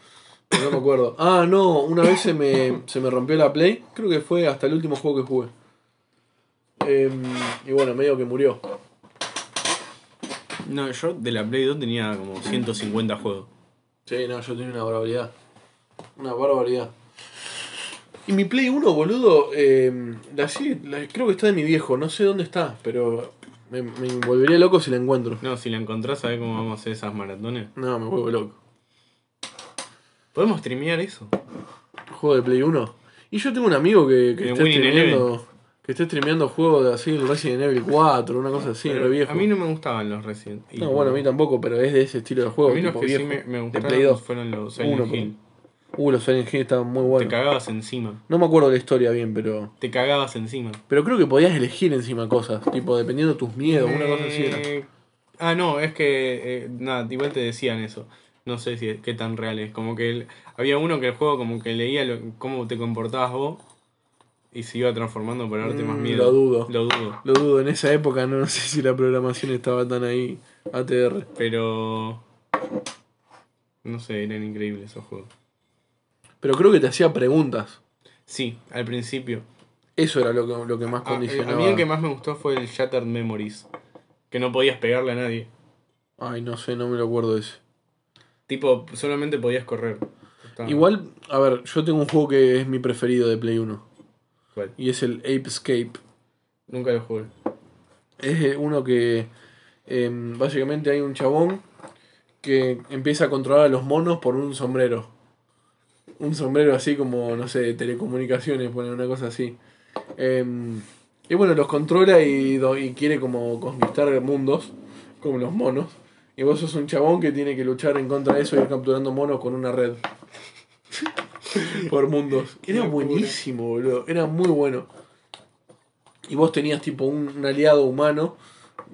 Speaker 1: Pero No me acuerdo. Ah, no, una vez se me, se me rompió la Play. Creo que fue hasta el último juego que jugué. Em, y bueno, medio que murió.
Speaker 2: No, yo de la Play 2 tenía como 150 juegos.
Speaker 1: Sí, no, yo tenía una barbaridad. Una barbaridad. Y mi Play 1, boludo, eh, la sigue- la- creo que está de mi viejo. No sé dónde está, pero me, me volvería loco si la encuentro.
Speaker 2: No, si la encontrás, sabés cómo vamos a hacer esas maratones.
Speaker 1: No, me vuelvo loco.
Speaker 2: ¿Podemos streamear eso?
Speaker 1: Juego de Play 1. Y yo tengo un amigo que, que
Speaker 2: De
Speaker 1: está
Speaker 2: Winning
Speaker 1: streameando. Que está streameando juegos de así, el Resident Evil 4, una cosa así,
Speaker 2: Pero
Speaker 1: re viejo.
Speaker 2: A mí no me gustaban los Resident Evil.
Speaker 1: No, bueno, a mí tampoco, pero es de ese estilo de juego.
Speaker 2: A mí los
Speaker 1: tipo
Speaker 2: que sí
Speaker 1: viejo,
Speaker 2: me,
Speaker 1: de
Speaker 2: me
Speaker 1: Play
Speaker 2: gustaron
Speaker 1: 2.
Speaker 2: fueron los Silent
Speaker 1: Uno,
Speaker 2: Hill.
Speaker 1: Uh, los Silent Hill estaban muy
Speaker 2: Te
Speaker 1: buenos.
Speaker 2: cagabas encima.
Speaker 1: No me acuerdo la historia bien, pero.
Speaker 2: Te cagabas encima.
Speaker 1: Pero creo que podías elegir encima cosas, tipo, dependiendo de tus miedos, una cosa así era.
Speaker 2: Eh, Ah, no, es que. eh, nada, igual te decían eso. No sé si qué tan real es. Como que el- había uno que el juego como que leía lo- cómo te comportabas vos y se iba transformando para darte más
Speaker 1: Mm,
Speaker 2: miedo.
Speaker 1: lo dudo.
Speaker 2: Lo dudo.
Speaker 1: Lo dudo, en esa época no, sé si la programación estaba tan ahí, ATR.
Speaker 2: Pero. No sé, eran increíbles esos juegos.
Speaker 1: Pero creo que te hacía preguntas.
Speaker 2: Sí, al principio.
Speaker 1: Eso era lo que, lo que más
Speaker 2: Ah, eh, A, a
Speaker 1: condicionaba.
Speaker 2: mí el que más me gustó fue el Shattered Memories. Que no podías pegarle a nadie.
Speaker 1: Ay, no sé, no me lo acuerdo de ese.
Speaker 2: Tipo, solamente podías correr. Estaba-
Speaker 1: Igual, a ver, yo tengo un juego que es mi preferido de Play 1.
Speaker 2: ¿Cuál?
Speaker 1: Y es el Apescape.
Speaker 2: Nunca lo jugué.
Speaker 1: Es eh, uno que em, básicamente hay un chabón que empieza a controlar a los monos por un sombrero. Un sombrero así como, no sé, de telecomunicaciones, poner una cosa así. Em, y bueno, los controla y, do- y quiere como conquistar mundos, como los monos. Y vos sos un chabón que tiene que luchar en contra de eso y ir capturando monos con una red. por mundos.
Speaker 2: Qué
Speaker 1: Era
Speaker 2: locura.
Speaker 1: buenísimo, boludo. Era muy bueno. Y vos tenías tipo un, un aliado humano,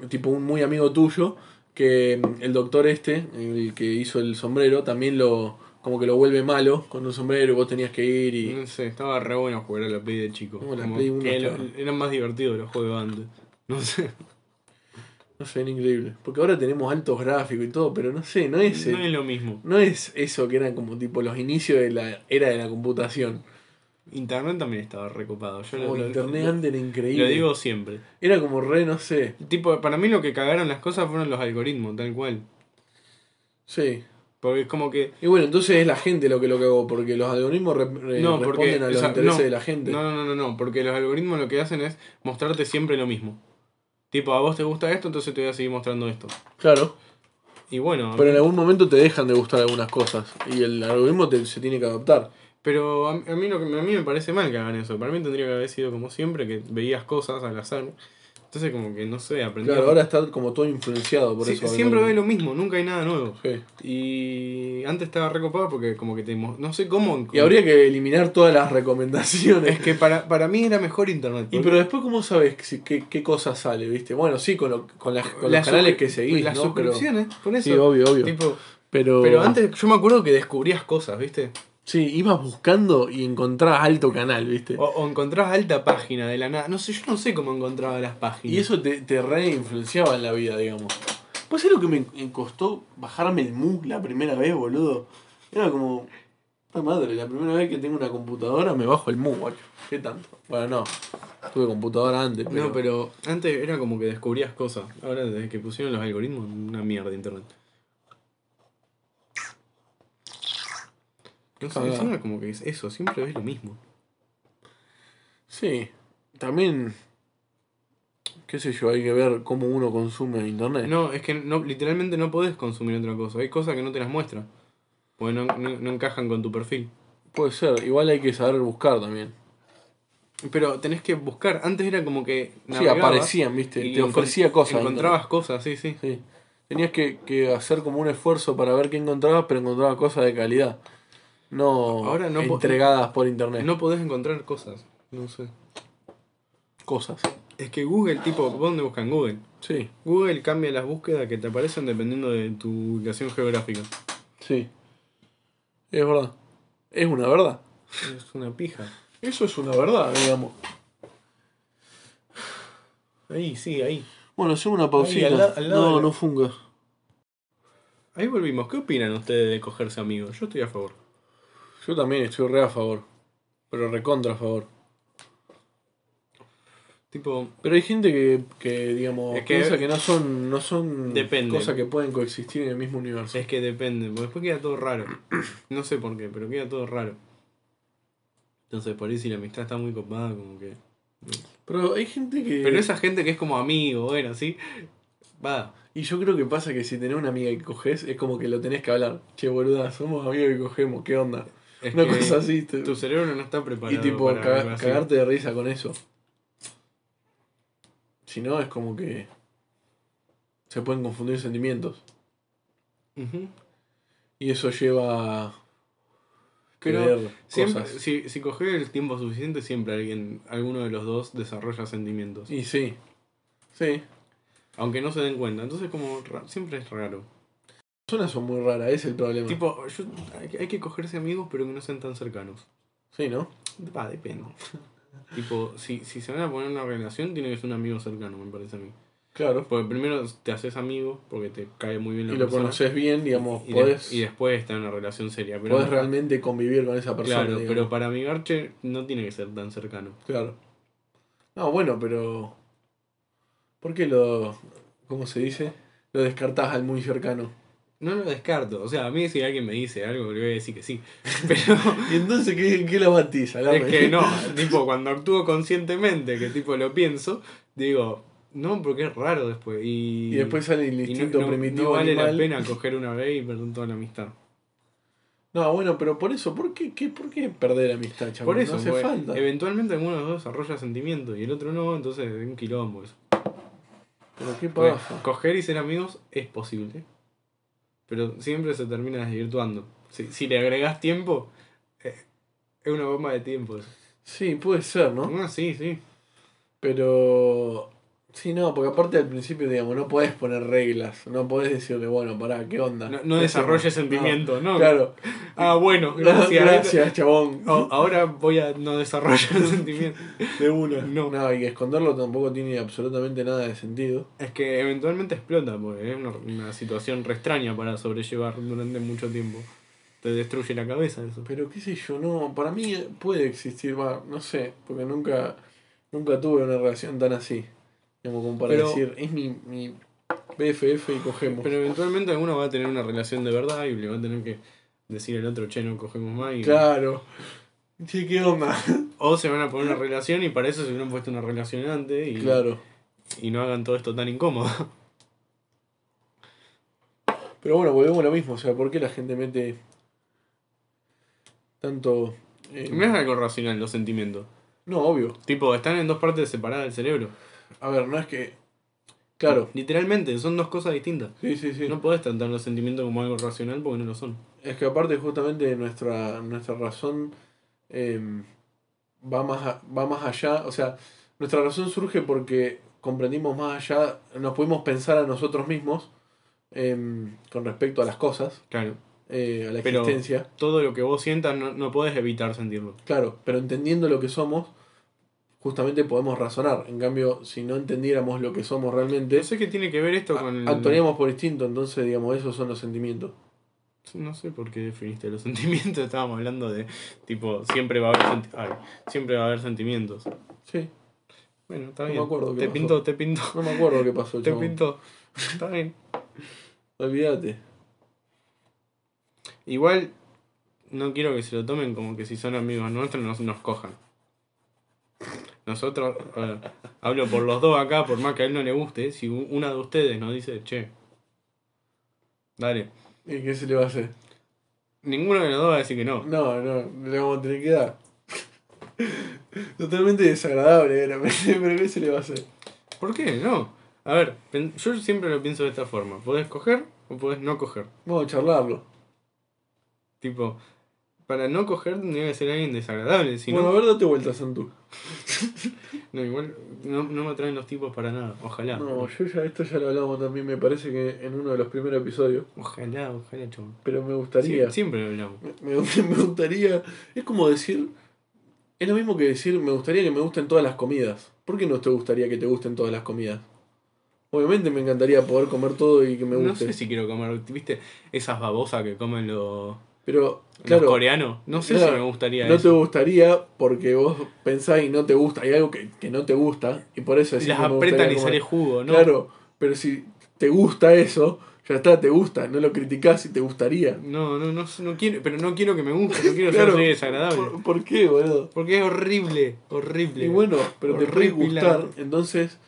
Speaker 1: tipo un muy amigo tuyo, que mm, el doctor este, el que hizo el sombrero, también lo como que lo vuelve malo con un sombrero y vos tenías que ir y...
Speaker 2: No sé, estaba re bueno jugar a la Play de chico.
Speaker 1: No, la
Speaker 2: Como
Speaker 1: Play uno
Speaker 2: que
Speaker 1: estaba-
Speaker 2: lo- eran más divertidos los juegos antes. No sé.
Speaker 1: No sé, era increíble. Porque ahora tenemos altos gráficos y todo, pero no sé, no es,
Speaker 2: No es
Speaker 1: el-
Speaker 2: lo mismo.
Speaker 1: no es eso que eran como tipo los inicios de la era de la computación.
Speaker 2: Internet también estaba recopado. Yo
Speaker 1: Como
Speaker 2: lo,
Speaker 1: Oh, internet
Speaker 2: lo-
Speaker 1: antes era increíble.
Speaker 2: lo digo siempre.
Speaker 1: Era como re, no sé.
Speaker 2: Tipo, para mí lo que cagaron las cosas fueron los algoritmos, tal cual.
Speaker 1: Sí.
Speaker 2: Porque es como que.
Speaker 1: Y bueno, entonces es la gente lo que lo cagó, porque los algoritmos re- re-
Speaker 2: No, porque.
Speaker 1: Eh, responden a los
Speaker 2: o sea,
Speaker 1: intereses
Speaker 2: no,
Speaker 1: de la gente.
Speaker 2: No, no, no, no, no, Porque los algoritmos lo que hacen es mostrarte siempre lo mismo. Tipo, a vos te gusta esto, entonces te voy a seguir mostrando esto.
Speaker 1: Claro.
Speaker 2: Y bueno,
Speaker 1: Pero en algún momento te dejan de gustar algunas cosas. Y el algoritmo te- se tiene que adaptar.
Speaker 2: Pero a, a mí lo que, a mí me parece mal que hagan eso. Para mí tendría que haber sido como siempre, que veías cosas al azar Entonces, como que no sé, aprendí.
Speaker 1: Claro, ahora está como todo influenciado por
Speaker 2: Sí,
Speaker 1: eso.
Speaker 2: siempre ve
Speaker 1: veo
Speaker 2: lo mismo, nunca hay nada nuevo.
Speaker 1: Sí.
Speaker 2: Y antes estaba recopado porque como que te mo- no sé cómo.
Speaker 1: Y habría que eliminar todas las recomendaciones.
Speaker 2: Es que para, para mí era mejor internet.
Speaker 1: Y pero después, ¿cómo sabes si- qué, qué cosa sale, viste? Bueno, sí, con, lo- con, las- con
Speaker 2: Las
Speaker 1: los canales
Speaker 2: suscri-
Speaker 1: que seguís,
Speaker 2: Las
Speaker 1: ¿no? Pero,
Speaker 2: suscripciones, con eso.
Speaker 1: sí, obvio, obvio.
Speaker 2: Tipo,
Speaker 1: pero,
Speaker 2: pero antes yo me acuerdo que descubrías cosas, ¿viste?
Speaker 1: Sí, ibas buscando y encontrabas alto canal, viste.
Speaker 2: O, o encontrabas alta página de la nada. No sé, yo no sé cómo encontraba las páginas.
Speaker 1: Y eso te, te reinfluenciaba en la vida, digamos. Pues es lo que me me costó bajarme el MU la primera vez, boludo. Era como. Puta madre, la primera vez que tengo una computadora me bajo el MU, guacho. ¿Qué tanto? Bueno, no. Tuve computadora antes, pero.
Speaker 2: No, pero antes era como que descubrías cosas. Ahora desde que pusieron los algoritmos, una mierda internet. No sé,
Speaker 1: Cagada.
Speaker 2: encima como que es eso, siempre ves lo mismo.
Speaker 1: Sí. También. ¿Qué sé yo? Hay que ver cómo uno consume internet.
Speaker 2: No, es que no, literalmente no podés consumir otra cosa. Hay cosas que no te las muestra. Porque no, no- no encajan con tu perfil.
Speaker 1: Puede ser. Igual hay que saber buscar también.
Speaker 2: Pero tenés que buscar. Antes era como que.
Speaker 1: Sí,
Speaker 2: navegabas
Speaker 1: aparecían, viste.
Speaker 2: y
Speaker 1: Te ofrecía
Speaker 2: encon-
Speaker 1: cosas.
Speaker 2: Encontrabas cosas, sí, sí.
Speaker 1: Sí. Tenías que, que hacer como un esfuerzo para ver qué encontrabas, pero encontrabas cosas de calidad. No,
Speaker 2: Ahora no po-
Speaker 1: entregadas por internet.
Speaker 2: No podés encontrar cosas. No sé.
Speaker 1: Cosas.
Speaker 2: Es que Google, tipo, ¿vos ¿dónde buscan Google?
Speaker 1: Sí,
Speaker 2: Google cambia las búsquedas que te aparecen dependiendo de tu ubicación geográfica.
Speaker 1: sí. Es verdad. Es una verdad.
Speaker 2: Es una pija.
Speaker 1: Eso es una verdad, digamos.
Speaker 2: Ahí, sí, ahí.
Speaker 1: Bueno, hacemos una pausita.
Speaker 3: al la- al lado
Speaker 1: no,
Speaker 3: de la-
Speaker 1: no funga.
Speaker 2: Ahí volvimos. ¿Qué opinan ustedes de cogerse amigos? Yo estoy a favor.
Speaker 1: Yo también estoy re a favor. Pero recontra a favor.
Speaker 2: Tipo,
Speaker 1: Pero hay gente que, que digamos,
Speaker 2: Es que-
Speaker 1: piensa que no son, no son
Speaker 2: Depende.
Speaker 1: cosas que pueden coexistir en el mismo universo.
Speaker 2: es que depende. Porque después queda todo raro. No sé por qué, pero queda todo raro. Entonces, por ahí si la amistad está muy copada, como que...
Speaker 1: Pero hay gente que.
Speaker 2: Pero esa gente que es como amigo, bueno, así... Va.
Speaker 1: Y yo creo que pasa que si tenés una amiga que coges, es como que lo tenés que hablar. Che, boluda, somos amigos que cogemos, ¿qué onda?
Speaker 2: Es
Speaker 1: Una
Speaker 2: que
Speaker 1: cosa así. te-
Speaker 2: Tu cerebro no está preparado
Speaker 1: y tipo,
Speaker 2: para
Speaker 1: caga-
Speaker 2: algo así.
Speaker 1: cagarte de risa con eso. Si no, es como que. Se pueden confundir sentimientos.
Speaker 2: Ujú.
Speaker 1: Y eso lleva a.
Speaker 2: Pero
Speaker 1: querer
Speaker 2: Siempre,
Speaker 1: cosas.
Speaker 2: si, si coges el tiempo suficiente, siempre alguien, alguno de los dos desarrolla sentimientos.
Speaker 1: Y sí. Sí.
Speaker 2: Aunque no se den cuenta. Entonces, como ra- siempre es raro.
Speaker 1: Las personas son muy raras, ese es el problema.
Speaker 2: Tipo, yo, hay, que- hay que cogerse amigos, pero que no sean tan cercanos.
Speaker 1: Sí, ¿no?
Speaker 2: Va, depende. tipo, si, si se van a poner en una relación, tiene que ser un amigo cercano, me parece a mí.
Speaker 1: Claro.
Speaker 2: Porque primero te haces amigo, porque te cae muy bien
Speaker 1: Y
Speaker 2: la
Speaker 1: lo
Speaker 2: persona.
Speaker 1: conoces bien, digamos,
Speaker 2: y, de-
Speaker 1: podés,
Speaker 2: y después está en una relación seria. Pero,
Speaker 1: podés realmente convivir con esa persona.
Speaker 2: claro,
Speaker 1: digamos.
Speaker 2: pero para amigarte no tiene que ser tan cercano.
Speaker 1: Claro. No, bueno, pero. ¿Por qué lo. ¿Cómo se dice? Lo descartás al muy cercano.
Speaker 2: No lo descarto. O sea, a mí si alguien me dice algo, le voy a decir que sí. Pero
Speaker 1: ¿Y entonces qué, qué la batís? Hablame.
Speaker 2: es que no. Tipo, cuando actúo conscientemente, que tipo lo pienso, digo, no, porque es raro después. Y,
Speaker 1: Y después sale el
Speaker 2: y no-
Speaker 1: instinto
Speaker 2: no-
Speaker 1: primitivo
Speaker 2: No vale
Speaker 1: animal.
Speaker 2: la pena coger una vez y perder toda la amistad.
Speaker 1: No, bueno, pero por eso, ¿por qué, qué- por qué perder amistad, chaval?
Speaker 2: Por eso,
Speaker 1: no hace
Speaker 2: porque
Speaker 1: falta.
Speaker 2: eventualmente alguno de los dos desarrolla sentimientos y el otro no, entonces es un quilombo. eso.
Speaker 1: Pero qué
Speaker 2: Porque
Speaker 1: pasa.
Speaker 2: Coger y ser amigos es posible. Pero siempre se termina desvirtuando. Si, si le agregas tiempo, eh, es una bomba de tiempo eso.
Speaker 1: Sí, puede ser, ¿no?
Speaker 2: Ah, sí, sí.
Speaker 1: Pero. Sí, no, porque aparte al principio, digamos, no podés poner reglas. No podés decirle, bueno, pará, ¿qué onda?
Speaker 2: No,
Speaker 1: ¿Qué
Speaker 2: desarrolles
Speaker 1: hacemos?
Speaker 2: sentimientos, ¿no?
Speaker 1: No, claro.
Speaker 2: Ah, bueno,
Speaker 1: Gracias,
Speaker 2: gracias.
Speaker 1: gracias chabón.
Speaker 2: A- Ahora voy a no desarrollar sentimientos.
Speaker 1: De una.
Speaker 2: No.
Speaker 1: No, y esconderlo tampoco tiene absolutamente nada de sentido.
Speaker 2: Es que eventualmente explota, porque es una, una situación re extraña para sobrellevar durante mucho tiempo. Te destruye la cabeza eso.
Speaker 1: Pero qué sé yo, no, para mí puede existir, va, no sé, porque nunca, nunca tuve una relación tan así. Como, como para
Speaker 2: Pero-
Speaker 1: decir, es mi, mi BFF y cogemos.
Speaker 2: Pero eventualmente alguno va a tener una relación de verdad y le va a tener que decir al otro, che, no cogemos más. y-
Speaker 1: claro. Che, ¿qué onda?
Speaker 2: O se van a poner una relación y para eso se hubieran puesto una relación antes y,
Speaker 1: Claro.
Speaker 2: y no hagan todo esto tan incómodo.
Speaker 1: Pero bueno, volvemos a lo mismo, o sea, ¿por qué la gente mete tanto... eh,
Speaker 2: No es algo racional los sentimientos.
Speaker 1: no, obvio.
Speaker 2: Tipo, están en dos partes separadas del cerebro.
Speaker 1: A ver, no es que. Claro.
Speaker 2: Literalmente, son dos cosas distintas.
Speaker 1: Sí, sí, sí.
Speaker 2: No podés tratar los sentimientos como algo racional porque no lo son.
Speaker 1: Es que aparte justamente nuestra, nuestra razón em, va, más a- va más allá, o sea, nuestra razón surge porque comprendimos más allá, nos pudimos pensar a nosotros mismos em, con respecto a las cosas,
Speaker 2: Claro.
Speaker 1: eh, a la
Speaker 2: Pero-
Speaker 1: existencia.
Speaker 2: Todo lo que vos sientas no, no podés evitar sentirlo.
Speaker 1: Claro, pero entendiendo lo que somos, justamente podemos razonar. En cambio, si no entendiéramos lo que somos realmente,
Speaker 2: No sé qué tiene que ver esto con el...
Speaker 1: a- actuaríamos por instinto, entonces, digamos, esos son los sentimientos.
Speaker 2: No sé por qué definiste los sentimientos. Estábamos hablando de, tipo, siempre va a haber, senti- ay, siempre va a haber sentimientos.
Speaker 1: Sí,
Speaker 2: Bueno, está
Speaker 1: No me
Speaker 2: bien.
Speaker 1: acuerdo qué
Speaker 2: te
Speaker 1: pasó.
Speaker 2: pinto, te pinto,
Speaker 1: no me acuerdo qué pasó,
Speaker 2: te
Speaker 1: chabón.
Speaker 2: pinto. Está bien.
Speaker 1: Olvídate.
Speaker 2: Igual, no quiero que se lo tomen como que si son amigos nuestros nos, nos cojan. Nosotros, eh, hablo por los dos acá, por más que a él no le guste, si u- una de ustedes nos dice, che, dale,
Speaker 1: ¿Y qué se le va a hacer?
Speaker 2: ninguno de los dos va a decir que no.
Speaker 1: No, no, le vamos a tener que dar. Totalmente desagradable era, pero ¿qué se le va a hacer?
Speaker 2: ¿Por qué? No. A ver, pen- yo siempre lo pienso de esta forma. Podés coger o podés no coger.
Speaker 1: Vamos a charlarlo.
Speaker 2: Tipo, para no coger tendría que ser alguien desagradable, si
Speaker 1: bueno,
Speaker 2: no...
Speaker 1: a ver, date vuelta, Santu.
Speaker 2: No, igual no, no me atraen los tipos para nada. Ojalá.
Speaker 1: No, yo ya esto ya lo hablamos también, me parece que en uno de los primeros episodios,
Speaker 2: Ojalá, ojalá, chabón.
Speaker 1: pero me
Speaker 2: Sie-
Speaker 1: gustaría...
Speaker 2: siempre lo hablamos.
Speaker 1: Me, me gustaría. Es como decir. Es lo mismo que decir, me gustaría que me gusten todas las comidas. ¿Por qué no te gustaría que te gusten todas las comidas? Obviamente me encantaría poder comer todo y que me
Speaker 2: No
Speaker 1: guste.
Speaker 2: sé si quiero comer, ¿viste? Esas babosas que comen los,
Speaker 1: Pero,
Speaker 2: los
Speaker 1: claro,
Speaker 2: coreanos. No sé
Speaker 1: Claro,
Speaker 2: si me gustaría
Speaker 1: no te
Speaker 2: eso.
Speaker 1: gustaría porque vos pensás y no te gusta. Hay algo que, que no te gusta y por eso decís.
Speaker 2: Las
Speaker 1: no me
Speaker 2: apretan
Speaker 1: gustaría
Speaker 2: y
Speaker 1: comer.
Speaker 2: sale jugo, ¿no?
Speaker 1: Claro, pero si te gusta eso, ya está, te gusta. No lo criticás y te gustaría.
Speaker 2: No, no, no, no quiero, pero no quiero que me guste, no quiero
Speaker 1: Claro,
Speaker 2: ser desagradable.
Speaker 1: ¿Por, por qué, boludo?
Speaker 2: Porque es horrible, horrible.
Speaker 1: Y bueno, pero te puede gustar,
Speaker 2: Horripilante.
Speaker 1: entonces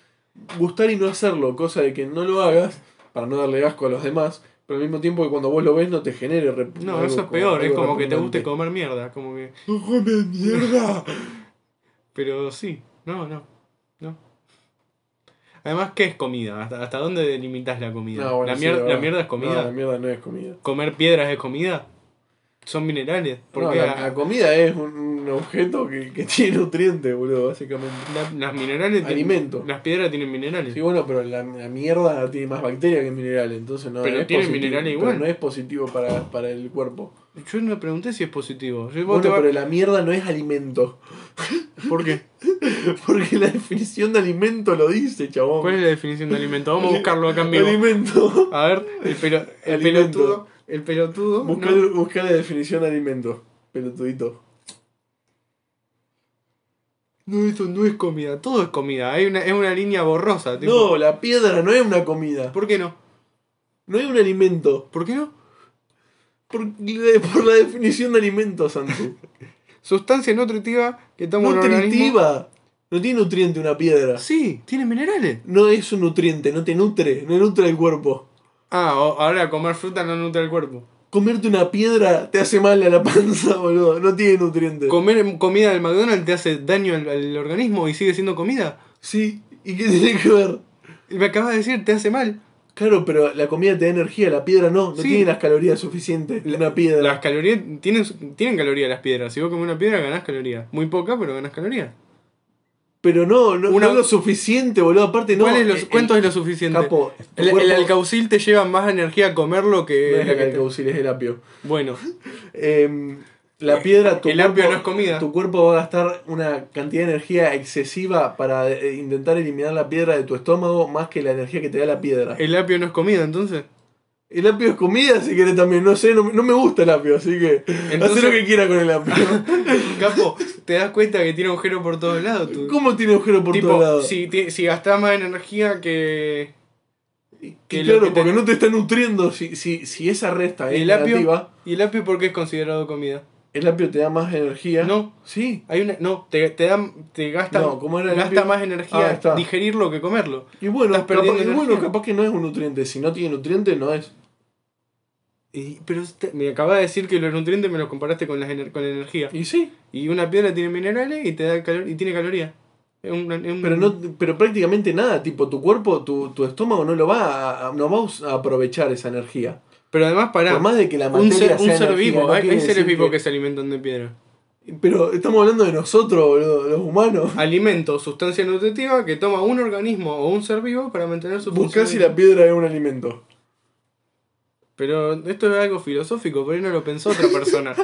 Speaker 1: gustar y no hacerlo, cosa de que no lo hagas para no darle asco a los demás, pero al mismo tiempo que cuando vos lo ves no te genere rep-
Speaker 2: no,
Speaker 1: algo
Speaker 2: eso es
Speaker 1: como-
Speaker 2: peor, es
Speaker 1: algo
Speaker 2: como que te guste
Speaker 1: repugnante.
Speaker 2: comer mierda, como que.
Speaker 1: ¡No comes mierda!
Speaker 2: Pero sí, no, no, no. Además, ¿qué es comida? ¿Hasta, hasta dónde delimitas la comida?
Speaker 1: No, Ah, bueno,
Speaker 2: la,
Speaker 1: sí,
Speaker 2: mier-
Speaker 1: verdad.
Speaker 2: ¿La mierda es
Speaker 1: No,
Speaker 2: comida?
Speaker 1: la mierda no es comida.
Speaker 2: ¿Comer piedras es comida? ¿Son minerales?
Speaker 1: No,
Speaker 2: Porque
Speaker 1: la, la comida es un, un objeto que, que tiene nutrientes, boludo, básicamente.
Speaker 2: las minerales. tienen-
Speaker 1: Alimento.
Speaker 2: Las piedras tienen minerales.
Speaker 1: Sí, bueno, pero la, la mierda tiene más bacterias que minerales, entonces no
Speaker 2: Pero
Speaker 1: es
Speaker 2: tiene
Speaker 1: positivo,
Speaker 2: minerales
Speaker 1: pero
Speaker 2: igual.
Speaker 1: no es positivo para, para el cuerpo.
Speaker 2: Yo no pregunté si es positivo. Yo- vos
Speaker 1: Bueno,
Speaker 2: te va-
Speaker 1: pero la mierda no es alimento.
Speaker 2: ¿Por qué?
Speaker 1: Porque la definición de alimento lo dice, chabón.
Speaker 2: ¿Cuál es la definición de alimento? Vamos a buscarlo acá en vivo.
Speaker 1: Alimento.
Speaker 2: A ver, el, pelo- el
Speaker 1: Alimento.
Speaker 2: pelotudo. El pelotudo.
Speaker 1: Busca,
Speaker 2: no-
Speaker 1: busca la definición de alimento. Pelotudito.
Speaker 2: No, esto no es comida, todo es comida. Hay una, es una línea borrosa. tipo,
Speaker 1: No, la piedra no es una comida.
Speaker 2: ¿Por qué no?
Speaker 1: No es un alimento.
Speaker 2: ¿Por qué no?
Speaker 1: Por, por la definición de alimento, Santu.
Speaker 2: Sustancia nutritiva que toma un organismo.
Speaker 1: Nutritiva. No tiene nutriente una piedra.
Speaker 2: Sí, tiene minerales.
Speaker 1: No es un nutriente, no te nutre, no nutre el cuerpo.
Speaker 2: Ah, o- ahora comer fruta no nutre el cuerpo.
Speaker 1: Comerte una piedra te hace mal a la panza, boludo. No tiene nutriente.
Speaker 2: Comer em, comida del McDonald's te hace daño al, al organismo y sigue siendo comida.
Speaker 1: sí, ¿y qué tiene que ver?
Speaker 2: Y Me acabas de decir, te hace mal.
Speaker 1: Claro, pero la comida te da energía, la piedra no. No
Speaker 2: Sí.
Speaker 1: tiene las calorías suficientes. Una piedra.
Speaker 2: Las calorías tienen, tienen calorías las piedras. Si vos comes una piedra, ganás calorías. Muy poca, pero ganás calorías.
Speaker 1: Pero no, no,
Speaker 2: Una-
Speaker 1: no lo suficiente, boludo. Aparte, no.
Speaker 2: ¿Cuál es lo,
Speaker 1: el-
Speaker 2: ¿Cuánto
Speaker 1: el-
Speaker 2: es lo suficiente?
Speaker 1: Capo, tu
Speaker 2: el, el
Speaker 1: cuerpo-
Speaker 2: alcaucil te lleva más energía a comerlo
Speaker 1: No
Speaker 2: que...
Speaker 1: es
Speaker 2: la
Speaker 1: el
Speaker 2: que te-
Speaker 1: alcaucil, es el apio.
Speaker 2: Bueno,
Speaker 1: Em, la piedra, tu
Speaker 2: El apio no es comida.
Speaker 1: Tu cuerpo va a gastar una cantidad de energía excesiva para eh, intentar eliminar la piedra de tu estómago más que la energía que te da la piedra.
Speaker 2: el apio no es comida, entonces.
Speaker 1: El apio es comida, si querés también. No sé, no, no me gusta el apio, así que. Haz
Speaker 2: Entonces-
Speaker 1: lo que quiera con el apio.
Speaker 2: Capo, te das cuenta que tiene agujero por todos lados. tú.
Speaker 1: ¿Cómo tiene agujero por
Speaker 2: tipo,
Speaker 1: todos lados?
Speaker 2: Si, ti- si gastás más energía que...
Speaker 1: Y
Speaker 2: que lo
Speaker 1: claro,
Speaker 2: que te-
Speaker 1: porque no te está nutriendo. Si, si, si esa resta es
Speaker 2: El apio-
Speaker 1: negativa,
Speaker 2: ¿Y el apio por qué es considerado comida?
Speaker 1: el apio te da más energía.
Speaker 2: No,
Speaker 1: Sí.
Speaker 2: hay una... No, te, te, dan, te gasta,
Speaker 1: No, como era el
Speaker 2: gasta
Speaker 1: apio-
Speaker 2: más
Speaker 1: Ah,
Speaker 2: energía
Speaker 1: está.
Speaker 2: digerirlo que comerlo.
Speaker 1: Y bueno,
Speaker 2: Estás
Speaker 1: capaz,
Speaker 2: perdiendo
Speaker 1: y bueno,
Speaker 2: energía.
Speaker 1: capaz que no es un nutriente. Si no tiene nutriente, no es.
Speaker 2: Y- pero usted- me acabas de decir que los nutrientes me los comparaste con, las ener- con la energía.
Speaker 1: Y sí,
Speaker 2: Y una piedra tiene minerales y te da calor y tiene calorías. Es un- es un-
Speaker 1: Pero, no, pero prácticamente nada, tipo, tu cuerpo, tu, tu estómago no lo va a, a- no va a us- a aprovechar esa energía.
Speaker 2: Pero además, pará.
Speaker 1: Por más de que la
Speaker 2: un
Speaker 1: materia
Speaker 2: ser, un
Speaker 1: sea
Speaker 2: ser
Speaker 1: energía,
Speaker 2: vivo.
Speaker 1: no
Speaker 2: hay,
Speaker 1: quiere
Speaker 2: hay seres
Speaker 1: decir
Speaker 2: vivos que...
Speaker 1: que-
Speaker 2: se alimentan de piedra.
Speaker 1: Pero estamos hablando de nosotros, boludo, los humanos.
Speaker 2: Ah, Alimento, sustancia nutritiva que toma un organismo o un ser vivo para mantener su
Speaker 1: Buscá si la
Speaker 2: funcionalidad.
Speaker 1: piedra es un alimento.
Speaker 2: Pero esto es algo filosófico, por ahí no lo pensó otra persona.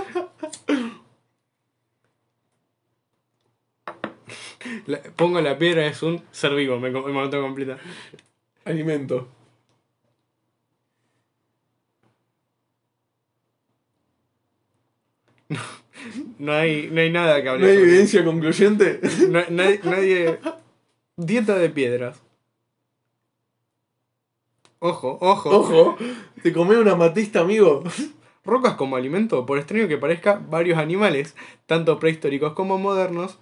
Speaker 2: La- pongo la piedra, es un ser vivo, me, co- me mató completa.
Speaker 1: Alimento.
Speaker 2: No hay, no hay nada que
Speaker 1: ¿No
Speaker 2: hablar.
Speaker 1: hay
Speaker 2: sobre eso.
Speaker 1: evidencia concluyente?
Speaker 2: No- nadie, nadie- Dieta de piedras. Ojo, ojo.
Speaker 1: Ojo, te comés una matista, amigo.
Speaker 2: Rocas como alimento, por extraño que parezca, varios animales, tanto prehistóricos como modernos,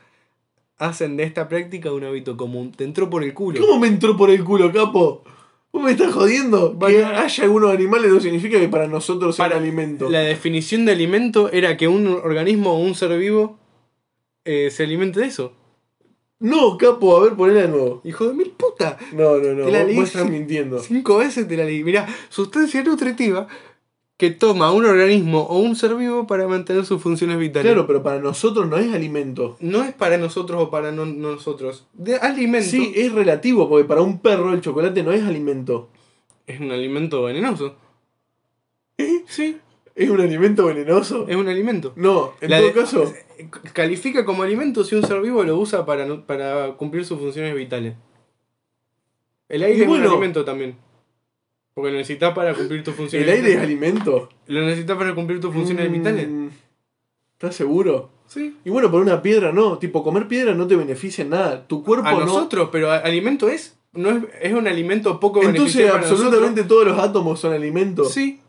Speaker 2: hacen de esta práctica un hábito común. Te entró por el culo.
Speaker 1: ¿Cómo me entró por el culo, capo? ¿Vos me estás jodiendo? Que
Speaker 2: Vaya-
Speaker 1: haya algunos animales no significa que para nosotros sea
Speaker 2: Para-
Speaker 1: un alimento.
Speaker 2: La definición de alimento era que un organismo o un ser vivo eh, se alimente de eso.
Speaker 1: No, capo, a ver, ponela de nuevo.
Speaker 2: Hijo de mil puta.
Speaker 1: No, no, no,
Speaker 2: Te la
Speaker 1: vos,
Speaker 2: leí.
Speaker 1: vos estás mintiendo.
Speaker 2: Cinco veces te la leí. Mirá, sustancia nutritiva que toma un organismo o un ser vivo para mantener sus funciones vitales.
Speaker 1: Claro, pero para nosotros no es alimento.
Speaker 2: No es para nosotros o para no nosotros. De alimento.
Speaker 1: Sí, es relativo, porque para un perro el chocolate no es alimento.
Speaker 2: Es un alimento venenoso. Sí,
Speaker 1: ¿Es un alimento venenoso?
Speaker 2: es un alimento.
Speaker 1: No, en
Speaker 2: La
Speaker 1: todo
Speaker 2: de- eh,
Speaker 1: caso,
Speaker 2: Califica como alimento si un ser vivo lo usa para, no- para cumplir sus funciones vitales. El aire
Speaker 1: Y
Speaker 2: es un
Speaker 1: bueno.
Speaker 2: alimento también. Porque lo necesitas para cumplir tus funciones
Speaker 1: ¿el aire es alimento?
Speaker 2: Lo necesitas para cumplir tus funciones
Speaker 1: Mm,
Speaker 2: vitales.
Speaker 1: ¿Estás seguro?
Speaker 2: Sí.
Speaker 1: Y bueno, por una piedra no. Tipo, comer piedra no te beneficia en nada. Tu cuerpo
Speaker 2: A
Speaker 1: no.
Speaker 2: nosotros, pero a- alimento es. No es, es un alimento poco
Speaker 1: Entonces,
Speaker 2: beneficioso para
Speaker 1: absolutamente todos los átomos son alimentos.
Speaker 2: nosotros. Sí,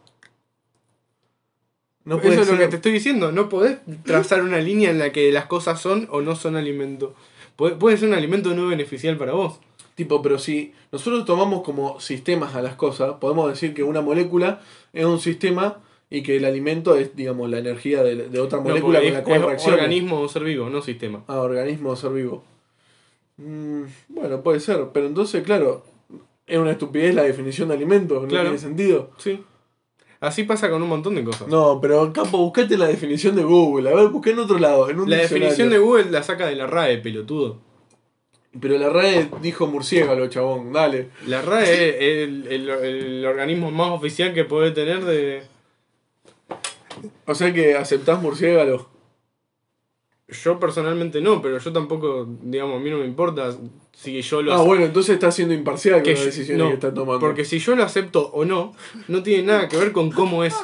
Speaker 1: No puede
Speaker 2: eso es lo
Speaker 1: ser.
Speaker 2: que te estoy diciendo. No podés trazar una línea en la que las cosas son o no son alimento. Puede, puede ser un alimento no beneficial para vos.
Speaker 1: Tipo, pero si nosotros tomamos como sistemas a las cosas, podemos decir que una molécula es un sistema y que el alimento es, digamos, la energía de, de otra
Speaker 2: No,
Speaker 1: molécula
Speaker 2: porque
Speaker 1: con la
Speaker 2: es-
Speaker 1: cual
Speaker 2: es
Speaker 1: reacciona.
Speaker 2: organismo o ser vivo, no sistema.
Speaker 1: Ah, organismo o ser vivo. Mm, bueno, puede ser, pero entonces, claro, es una estupidez la definición de alimento, no
Speaker 2: Claro.
Speaker 1: tiene sentido.
Speaker 2: Sí. Así pasa con un montón de cosas.
Speaker 1: No, pero Capo, buscate la definición de Google, a ver, busqué en otro lado, en un
Speaker 2: la definición de
Speaker 1: diccionario.
Speaker 2: Google la saca de la RAE, pelotudo.
Speaker 1: Pero la RAE dijo murciélago, chabón, dale.
Speaker 2: La RAE es el, el- el organismo más oficial que puede tener de...
Speaker 1: O sea que aceptás murciélago.
Speaker 2: Yo personalmente no, pero yo tampoco, digamos, a mí no me importa si yo lo
Speaker 1: Ah,
Speaker 2: ace-
Speaker 1: bueno, entonces está siendo imparcial con
Speaker 2: que
Speaker 1: las
Speaker 2: yo-
Speaker 1: decisiones
Speaker 2: no,
Speaker 1: que está tomando.
Speaker 2: Porque si yo lo acepto o no, no tiene nada que ver con cómo es.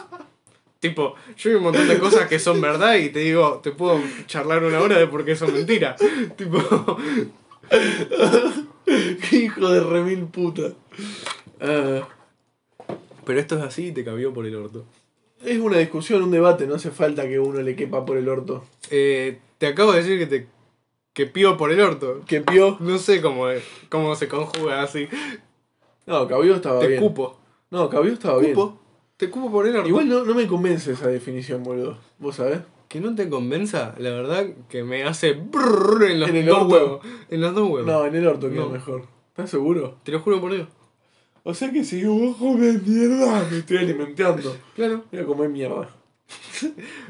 Speaker 2: Tipo, yo hay un montón de cosas que son verdad y te digo, te puedo charlar una hora de por qué son mentiras. Tipo,
Speaker 1: Qué hijo de remil puta. Ah,
Speaker 2: pero esto es así y te cabió por el orto.
Speaker 1: es una discusión, un debate, no hace falta que uno le quepa por el orto.
Speaker 2: Eh, te acabo de decir que te que pío por el orto.
Speaker 1: ¿Qué pio?
Speaker 2: No sé cómo, es- cómo se conjuga así.
Speaker 1: No, Cabió estaba
Speaker 2: te
Speaker 1: bien.
Speaker 2: cupo.
Speaker 1: No, Cabió estaba
Speaker 2: Cupo. Te cupo por el
Speaker 1: bien.
Speaker 2: orto.
Speaker 1: Igual no, no me convence esa definición, boludo. ¿Vos sabés?
Speaker 2: que no te convenza, la verdad que me hace brrr en los
Speaker 1: En el
Speaker 2: dos
Speaker 1: orto.
Speaker 2: huevos. En los dos huevos.
Speaker 1: No, en el orto queda
Speaker 2: No.
Speaker 1: mejor. ¿Estás seguro?
Speaker 2: Te lo juro por Dios.
Speaker 1: O sea que si yo vos comes mierda, me estoy alimentando.
Speaker 2: Claro.
Speaker 1: Voy a comer mierda.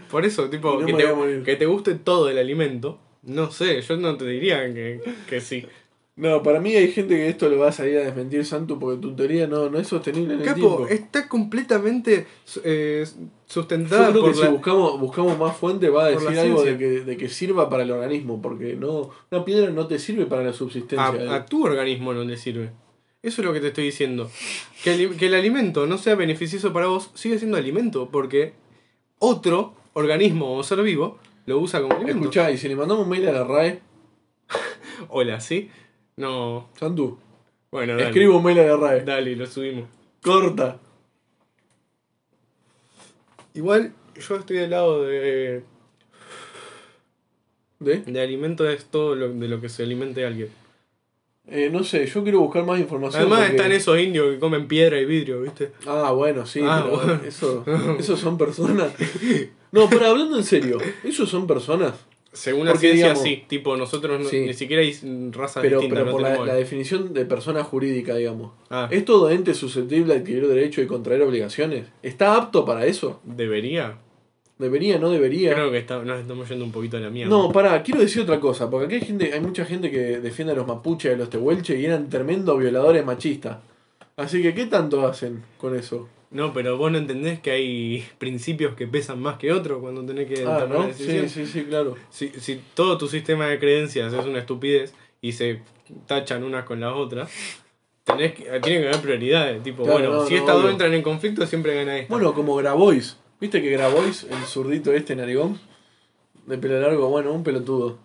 Speaker 2: Por eso, tipo,
Speaker 1: Y no me
Speaker 2: que,
Speaker 1: voy a
Speaker 2: te,
Speaker 1: morir.
Speaker 2: que te guste todo el alimento. No sé, yo no te diría que, que sí.
Speaker 1: No, para mí hay gente que esto lo va a salir a desmentir, Santu, porque tu teoría no, no es sostenible en el
Speaker 2: Capo,
Speaker 1: tiempo.
Speaker 2: está completamente eh,
Speaker 1: Yo
Speaker 2: sustentada
Speaker 1: creo que
Speaker 2: por
Speaker 1: si
Speaker 2: la-
Speaker 1: buscamos, buscamos más fuente va a
Speaker 2: por la
Speaker 1: decir algo de
Speaker 2: ciencia.
Speaker 1: que, de que sirva para el organismo, porque no una piedra no te sirve para la subsistencia.
Speaker 2: a, a tu organismo no le sirve. Eso es lo que te estoy diciendo. Que el, que el alimento no sea beneficioso para vos sigue siendo alimento, porque otro organismo o ser vivo lo usa como alimento.
Speaker 1: Escuchá, y si le mandamos un mail a la RAE,
Speaker 2: Hola, ¿sí? No.
Speaker 1: Santu,
Speaker 2: Bueno, dale.
Speaker 1: escribo un mail a la RAE.
Speaker 2: Dale, lo subimos.
Speaker 1: Corta.
Speaker 2: Igual yo estoy del lado de.
Speaker 1: ¿De?
Speaker 2: De alimento es todo lo- de lo que se alimente alguien.
Speaker 1: Eh, no sé, yo quiero buscar más información.
Speaker 2: Además
Speaker 1: porque-
Speaker 2: están esos indios que comen piedra y vidrio, ¿viste?
Speaker 1: Ah, bueno, sí,
Speaker 2: Ah,
Speaker 1: pero
Speaker 2: bueno.
Speaker 1: Eso, esos son personas. No, pero hablando en serio, ¿esos son personas?
Speaker 2: Según la
Speaker 1: Porque,
Speaker 2: ciencia,
Speaker 1: digamos-
Speaker 2: sí. Tipo, nosotros no-
Speaker 1: Sí.
Speaker 2: ni siquiera hay razas
Speaker 1: Pero,
Speaker 2: distintas.
Speaker 1: pero
Speaker 2: no
Speaker 1: por la,
Speaker 2: tenemos-
Speaker 1: la definición de persona jurídica, digamos.
Speaker 2: Ah,
Speaker 1: ¿Es todo ente susceptible de adquirir derecho y contraer obligaciones? ¿Está apto para eso?
Speaker 2: ¿Debería?
Speaker 1: ¿Debería, no debería?
Speaker 2: Creo que está- nos estamos yendo un poquito a la mierda.
Speaker 1: No, pará, quiero decir otra cosa, porque aquí hay gente, hay mucha gente que defiende a los mapuches y a los tehuelches y eran tremendos violadores machistas. Así que, ¿qué tanto hacen con eso?
Speaker 2: No, pero vos no entendés que hay principios que pesan más que otros cuando tenés que
Speaker 1: Ah,
Speaker 2: tomar una
Speaker 1: ¿no?
Speaker 2: decisión.
Speaker 1: Sí, sí, sí, claro.
Speaker 2: Si, si todo tu sistema de creencias es una estupidez y se tachan unas con las otras, tenés que, tiene que haber prioridades. Tipo,
Speaker 1: Claro,
Speaker 2: bueno,
Speaker 1: no,
Speaker 2: si
Speaker 1: no,
Speaker 2: estas dos
Speaker 1: obvio.
Speaker 2: entran en conflicto, siempre gana esta.
Speaker 1: Bueno, como Grabois. ¿Viste que Grabois, el zurdito este narigón? De pelo largo, bueno, un pelotudo.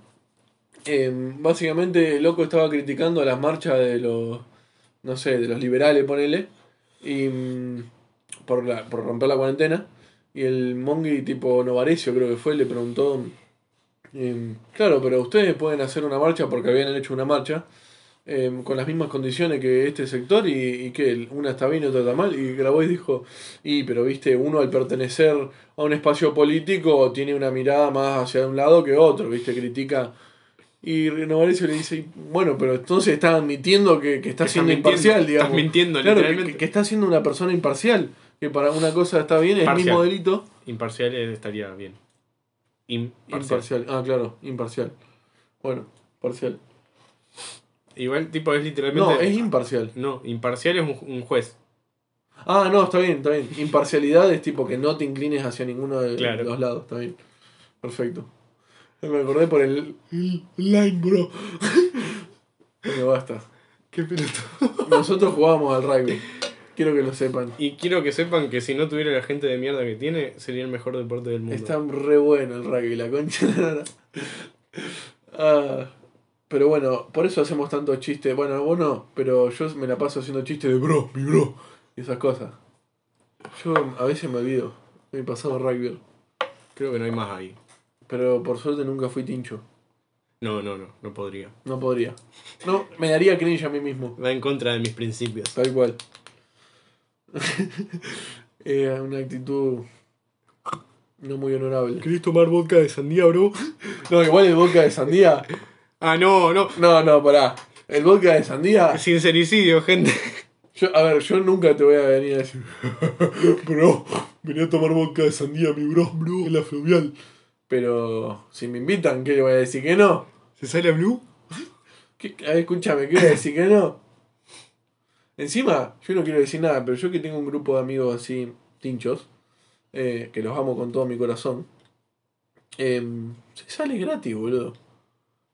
Speaker 1: Eh, básicamente, el loco estaba criticando a las marchas de los. No sé, de los liberales, ponele. Y. mm, por, la, por romper la cuarentena. Y el mongi, tipo Novarecio, creo que fue, le preguntó. em, claro, pero ustedes pueden hacer una marcha porque habían hecho una marcha em, con las mismas condiciones que este sector y, y que el- una está bien y otra está mal. Y Grabois dijo, y pero viste, uno al pertenecer a un espacio político tiene una mirada más hacia un lado que otro, viste, critica. Y Novarecio le dice, "Y bueno, pero entonces está admitiendo que, que está
Speaker 2: Que
Speaker 1: siendo
Speaker 2: mintiendo,
Speaker 1: imparcial, digamos.
Speaker 2: Estás mintiendo,
Speaker 1: Claro, que-
Speaker 2: literalmente.
Speaker 1: que, que está siendo una persona imparcial. Que para una cosa está bien, es el
Speaker 2: Parcial.
Speaker 1: mismo delito.
Speaker 2: Imparcial estaría bien. Imparcial.
Speaker 1: Imparcial. Ah, claro, imparcial. Bueno, parcial.
Speaker 2: Igual, tipo, es literalmente.
Speaker 1: No, es imparcial.
Speaker 2: No, imparcial es un, ju- un juez.
Speaker 1: Ah, no, está bien, está bien. Imparcialidad es tipo que no te inclines hacia ninguno de
Speaker 2: Claro.
Speaker 1: los lados, está bien. Perfecto. Me acordé por el el line, bro. Bueno, basta.
Speaker 2: Qué pelotudo.
Speaker 1: Nosotros jugábamos al rugby. Quiero que lo sepan.
Speaker 2: Y quiero que sepan que si no tuviera la gente de mierda que tiene, sería el mejor deporte del mundo.
Speaker 1: Está re bueno el rugby, la concha. de la lora. Ah, pero bueno, por eso hacemos tantos chistes. Bueno, vos no, pero yo me la paso haciendo chistes de bro, mi bro. Y esas cosas. Yo a veces me olvido de mi pasado rugby.
Speaker 2: Creo que no hay más ahí.
Speaker 1: Pero por suerte nunca fui tincho.
Speaker 2: No, no, no, no podría.
Speaker 1: No podría. No, me daría cringe a mí mismo.
Speaker 2: Va en contra de mis principios.
Speaker 1: Tal cual. Eh, una actitud no muy honorable.
Speaker 2: ¿Querés tomar vodka de sandía, bro?
Speaker 1: No, igual el boca de sandía.
Speaker 2: Ah, no, no.
Speaker 1: No, no, pará. El vodka de sandía
Speaker 2: Sincericidio, gente.
Speaker 1: Yo, a ver, yo nunca te voy a venir a decir, bro, vení a tomar vodka de sandía, mi bro, bro, en la fluvial. Pero si me invitan, ¿qué le voy a decir que no?
Speaker 2: ¿Se sale a Blue?
Speaker 1: ¿Qué- a ver, escúchame, ¿qué voy a decir que no? Encima, yo no quiero decir nada, pero yo que tengo un grupo de amigos así, tinchos, eh, que los amo con todo mi corazón, em, se sale gratis, boludo.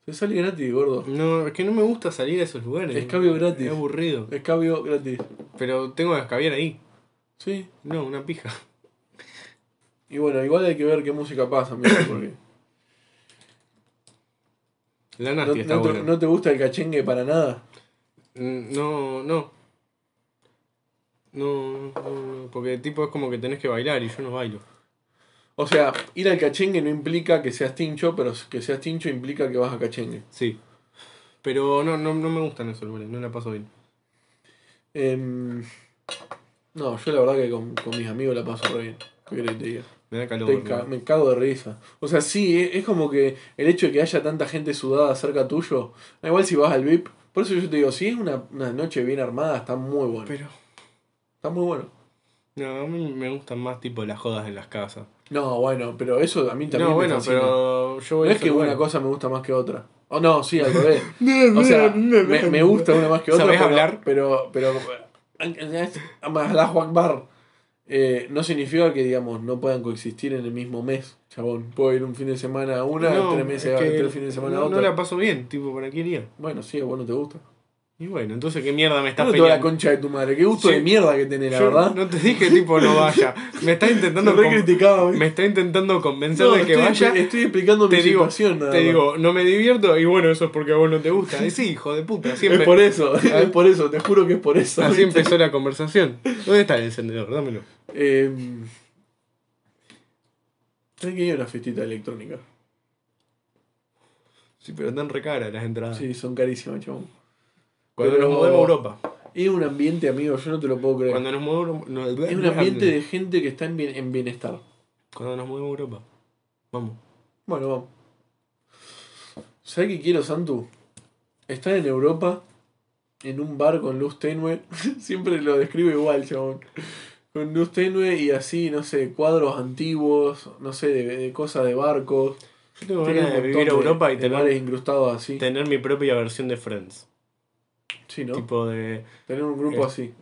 Speaker 1: Se sale gratis, gordo.
Speaker 2: No, es que no me gusta salir a esos lugares.
Speaker 1: Escabio gratis.
Speaker 2: Es aburrido.
Speaker 1: Escabio gratis.
Speaker 2: Pero tengo que escabiar ahí.
Speaker 1: Sí.
Speaker 2: No, una pija.
Speaker 1: Y bueno, igual hay que ver qué música pasa, amigo, porque...
Speaker 2: La
Speaker 1: ¿No,
Speaker 2: nasty Ah, está
Speaker 1: no te,
Speaker 2: buena.
Speaker 1: no te gusta el cachengue para nada?
Speaker 2: Mm, No, no. No, no, no, porque tipo es como que tenés que bailar y yo no bailo.
Speaker 1: O sea, ir al cachengue no implica que seas tincho, pero que seas tincho implica que vas a cachengue.
Speaker 2: Sí. Pero no, no, no me gustan esos lugares, no la paso bien.
Speaker 1: Em, no, yo la verdad que con, con mis amigos la paso re bien. ¿Qué querés que te diga?
Speaker 2: Me da calor.
Speaker 1: Te ca-
Speaker 2: ¿no?
Speaker 1: me cago de risa. O sea, sí, e, es, es como que el hecho de que haya tanta gente sudada cerca tuyo, da igual si vas al VIP. Por eso yo te digo, si es una, una noche bien armada, está muy bueno.
Speaker 2: Pero.
Speaker 1: Está muy bueno.
Speaker 2: No, a mí me gustan más tipo las jodas en las casas.
Speaker 1: No, bueno, pero eso a mí también
Speaker 2: No,
Speaker 1: me
Speaker 2: bueno,
Speaker 1: fascina.
Speaker 2: pero yo voy
Speaker 1: No
Speaker 2: a
Speaker 1: es
Speaker 2: ese
Speaker 1: que
Speaker 2: lugar.
Speaker 1: una cosa me gusta más que otra. Oh, no, sí, al revés. O sea, me, me gusta una más que otra.
Speaker 2: ¿Sabés
Speaker 1: pero,
Speaker 2: hablar?
Speaker 1: Pero, pero, más la Juan Bar eh, no significa que, digamos, no puedan coexistir en el mismo mes, chabón. Puedo ir un fin de semana a una, tres meses,
Speaker 2: es
Speaker 1: a-
Speaker 2: que
Speaker 1: tres fines de semana
Speaker 2: no,
Speaker 1: a otra.
Speaker 2: No la paso bien, tipo, ¿para qué iría?
Speaker 1: Bueno, sí, a vos no te gusta.
Speaker 2: Y bueno, entonces qué mierda me estás
Speaker 1: No toda la
Speaker 2: peleando.
Speaker 1: concha de tu madre. Qué gusto
Speaker 2: Sí.
Speaker 1: de mierda que tenés, la
Speaker 2: Yo
Speaker 1: verdad.
Speaker 2: No te dije, tipo, no vaya. Me estás
Speaker 1: No,
Speaker 2: intentando,
Speaker 1: re
Speaker 2: con-
Speaker 1: criticado, ¿eh?
Speaker 2: me está intentando convencer
Speaker 1: No,
Speaker 2: de que
Speaker 1: estoy,
Speaker 2: vaya.
Speaker 1: estoy explicando
Speaker 2: Te
Speaker 1: mi
Speaker 2: digo,
Speaker 1: situación, nada
Speaker 2: Te
Speaker 1: más.
Speaker 2: digo, no me divierto y bueno, eso es porque a vos no te gusta. Y sí, hijo de puta, siempre.
Speaker 1: Es por eso, es por eso, te juro que es por eso.
Speaker 2: Así empezó la conversación. ¿Dónde está el encendedor? Dámelo.
Speaker 1: Eh, ¿Sabes que hay una fiestita electrónica?
Speaker 2: Sí, pero están recaras las entradas.
Speaker 1: Sí, son carísimas, chabón.
Speaker 2: Cuando
Speaker 1: pero-
Speaker 2: nos mudamos a Europa.
Speaker 1: Es un ambiente, amigo, yo no te lo puedo creer.
Speaker 2: Cuando nos mudamos no,
Speaker 1: es un ambiente de gente que está en, bien- en bienestar.
Speaker 2: Cuando nos mudamos a Europa. Vamos.
Speaker 1: Bueno, vamos. ¿Sabes qué quiero, Santu? Estar en Europa, en un bar con Luz Tenue. Siempre lo describo igual, chabón. Con Luz Tenue y así, no sé, cuadros antiguos, no sé, de, de cosas de barcos.
Speaker 2: Yo tengo
Speaker 1: Tiene
Speaker 2: ganas de
Speaker 1: un
Speaker 2: vivir a
Speaker 1: montón
Speaker 2: Europa y
Speaker 1: de bares
Speaker 2: tener,
Speaker 1: incrustados así.
Speaker 2: tener mi propia versión de Friends.
Speaker 1: sí, ¿no?
Speaker 2: Tipo de.
Speaker 1: Tener un grupo
Speaker 2: Eh.
Speaker 1: así.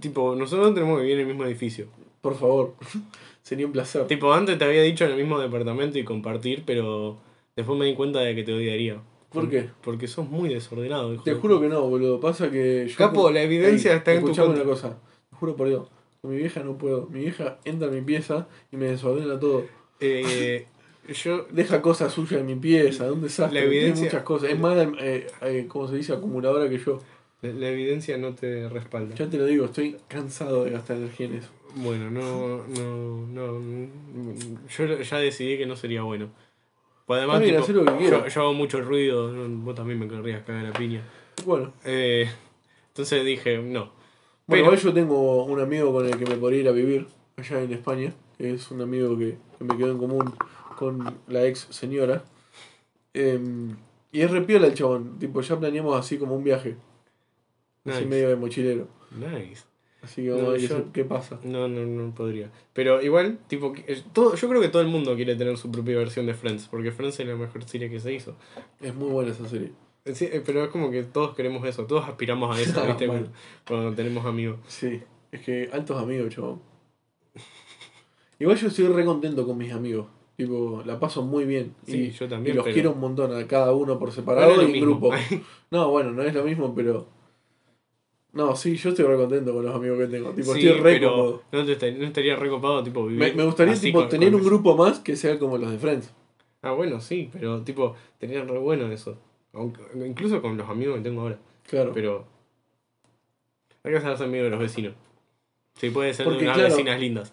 Speaker 2: Tipo, nosotros tenemos que vivir en el mismo edificio.
Speaker 1: Por favor. Sería un placer.
Speaker 2: Tipo, antes te había dicho en el mismo departamento y compartir, pero después me di cuenta de que te odiaría.
Speaker 1: ¿Por qué?
Speaker 2: Porque sos muy desordenado, hijo
Speaker 1: Te
Speaker 2: de
Speaker 1: juro
Speaker 2: puta.
Speaker 1: que no, boludo. Pasa que yo.
Speaker 2: Capo, la evidencia está en tu
Speaker 1: escuchame
Speaker 2: contra.
Speaker 1: una cosa. Te juro por Dios. Con mi vieja no puedo. Mi vieja entra a mi pieza y me desordena todo.
Speaker 2: Eh, yo.
Speaker 1: Deja cosas suyas en mi pieza. Es un desastre.
Speaker 2: La evidencia-
Speaker 1: Tiene muchas cosas. Es más, eh, eh, como se dice, acumuladora que yo.
Speaker 2: La, la evidencia no te respalda.
Speaker 1: Ya te lo digo, estoy cansado de gastar energía en eso.
Speaker 2: Bueno, no, no, no. Yo ya decidí que no sería bueno. Pues además,
Speaker 1: Está bien,
Speaker 2: tipo,
Speaker 1: hacé lo que quieras.
Speaker 2: yo, yo hago mucho ruido, no, vos también me querrías cagar a piña.
Speaker 1: Bueno.
Speaker 2: Eh, entonces dije, no.
Speaker 1: Bueno,
Speaker 2: Pero-
Speaker 1: hoy yo tengo un amigo con el que me podría ir a vivir allá en España. que Es un amigo que, que me quedó en común con la ex señora. Em, y es repiola el chabón. Tipo, ya planeamos así como un viaje. Así
Speaker 2: Nice.
Speaker 1: medio de mochilero.
Speaker 2: Nice.
Speaker 1: Así que vamos
Speaker 2: No,
Speaker 1: a ver qué
Speaker 2: yo-
Speaker 1: se- qué pasa.
Speaker 2: No, no, no podría. Pero igual, tipo, que- eh, todo, yo creo que todo el mundo quiere tener su propia versión de Friends, porque Friends es la mejor serie que se hizo.
Speaker 1: Es muy buena esa serie.
Speaker 2: Eh, sí, eh, pero es como que todos queremos eso, todos aspiramos a eso,
Speaker 1: Ah,
Speaker 2: ¿viste?
Speaker 1: mal.
Speaker 2: Cuando, cuando tenemos amigos.
Speaker 1: Sí. Es que altos amigos, chabón. Igual yo estoy re contento con mis amigos. Tipo, la paso muy bien.
Speaker 2: Sí,
Speaker 1: y,
Speaker 2: yo
Speaker 1: y
Speaker 2: también.
Speaker 1: los
Speaker 2: pero
Speaker 1: quiero un montón a cada uno por
Speaker 2: no
Speaker 1: separado
Speaker 2: es lo
Speaker 1: y en
Speaker 2: mismo.
Speaker 1: grupo. No, bueno, no es lo mismo, pero. No, sí, yo estoy re contento con los amigos que tengo. Tipo,
Speaker 2: Sí,
Speaker 1: estoy re
Speaker 2: pero
Speaker 1: cómodo.
Speaker 2: No, te estaría, no estaría recopado, tipo, vivir.
Speaker 1: Me, me gustaría
Speaker 2: así
Speaker 1: tipo,
Speaker 2: con-
Speaker 1: tener
Speaker 2: con
Speaker 1: un
Speaker 2: eso.
Speaker 1: grupo más que sea como los de Friends.
Speaker 2: Ah, bueno, sí, pero tipo, tenía re bueno eso. Aunque- incluso con los amigos que tengo ahora.
Speaker 1: Claro.
Speaker 2: Pero. Hay que hacerse amigos de los vecinos. Sí, puede ser
Speaker 1: Porque,
Speaker 2: de unas
Speaker 1: claro.
Speaker 2: vecinas lindas.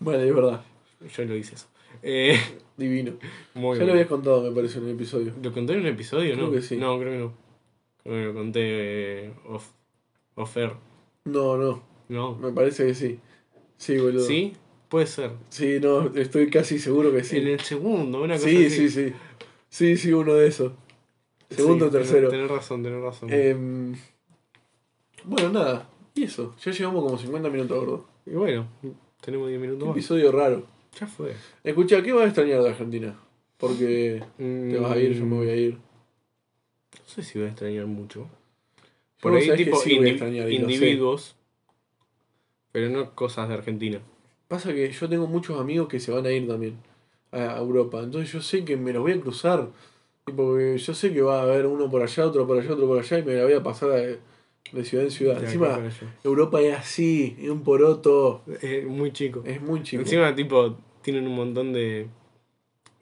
Speaker 1: Bueno, es verdad.
Speaker 2: Yo lo hice eso. Eh,
Speaker 1: Divino.
Speaker 2: muy
Speaker 1: ya lo
Speaker 2: bien.
Speaker 1: habías contado, me parece, en el episodio.
Speaker 2: ¿Lo conté en un episodio,
Speaker 1: Creo
Speaker 2: no?
Speaker 1: que sí.
Speaker 2: No, creo que no. Creo que lo conté eh, off, off air.
Speaker 1: No, no,
Speaker 2: No.
Speaker 1: me parece que sí. Sí, boludo.
Speaker 2: ¿Sí? Puede ser.
Speaker 1: Sí, no, estoy casi seguro que sí.
Speaker 2: En el segundo, una cosa
Speaker 1: Sí, sí,
Speaker 2: así.
Speaker 1: sí. Sí, sí, uno de esos. Segundo o
Speaker 2: tenés-
Speaker 1: tercero.
Speaker 2: Tenés razón, tenés razón.
Speaker 1: Em, bueno, nada. Y eso. Ya llevamos como 50 minutos, gordo.
Speaker 2: Y bueno, tenemos 10 minutos
Speaker 1: Un
Speaker 2: más.
Speaker 1: episodio raro.
Speaker 2: Ya fue.
Speaker 1: Escucha, ¿qué vas a extrañar de Argentina? Porque Mm, te vas a ir, yo me voy a ir.
Speaker 2: No sé si voy a extrañar mucho.
Speaker 1: Yo
Speaker 2: Por
Speaker 1: vos
Speaker 2: ahí,
Speaker 1: sabés que
Speaker 2: tipo,
Speaker 1: sí voy a
Speaker 2: indi-
Speaker 1: extrañar y lo sé.
Speaker 2: individuos. Pero no cosas de Argentina.
Speaker 1: Pasa que yo tengo muchos amigos que se van a ir también a Europa. Entonces yo sé que me los voy a cruzar. Tipo, que yo sé que va a haber uno por allá, otro por allá, otro por allá y me la voy a pasar de, de ciudad en ciudad.
Speaker 2: De acá
Speaker 1: Encima,
Speaker 2: para allá.
Speaker 1: Europa es así, es un poroto.
Speaker 2: Es muy chico.
Speaker 1: Es muy chico.
Speaker 2: Encima, tipo, tienen un montón de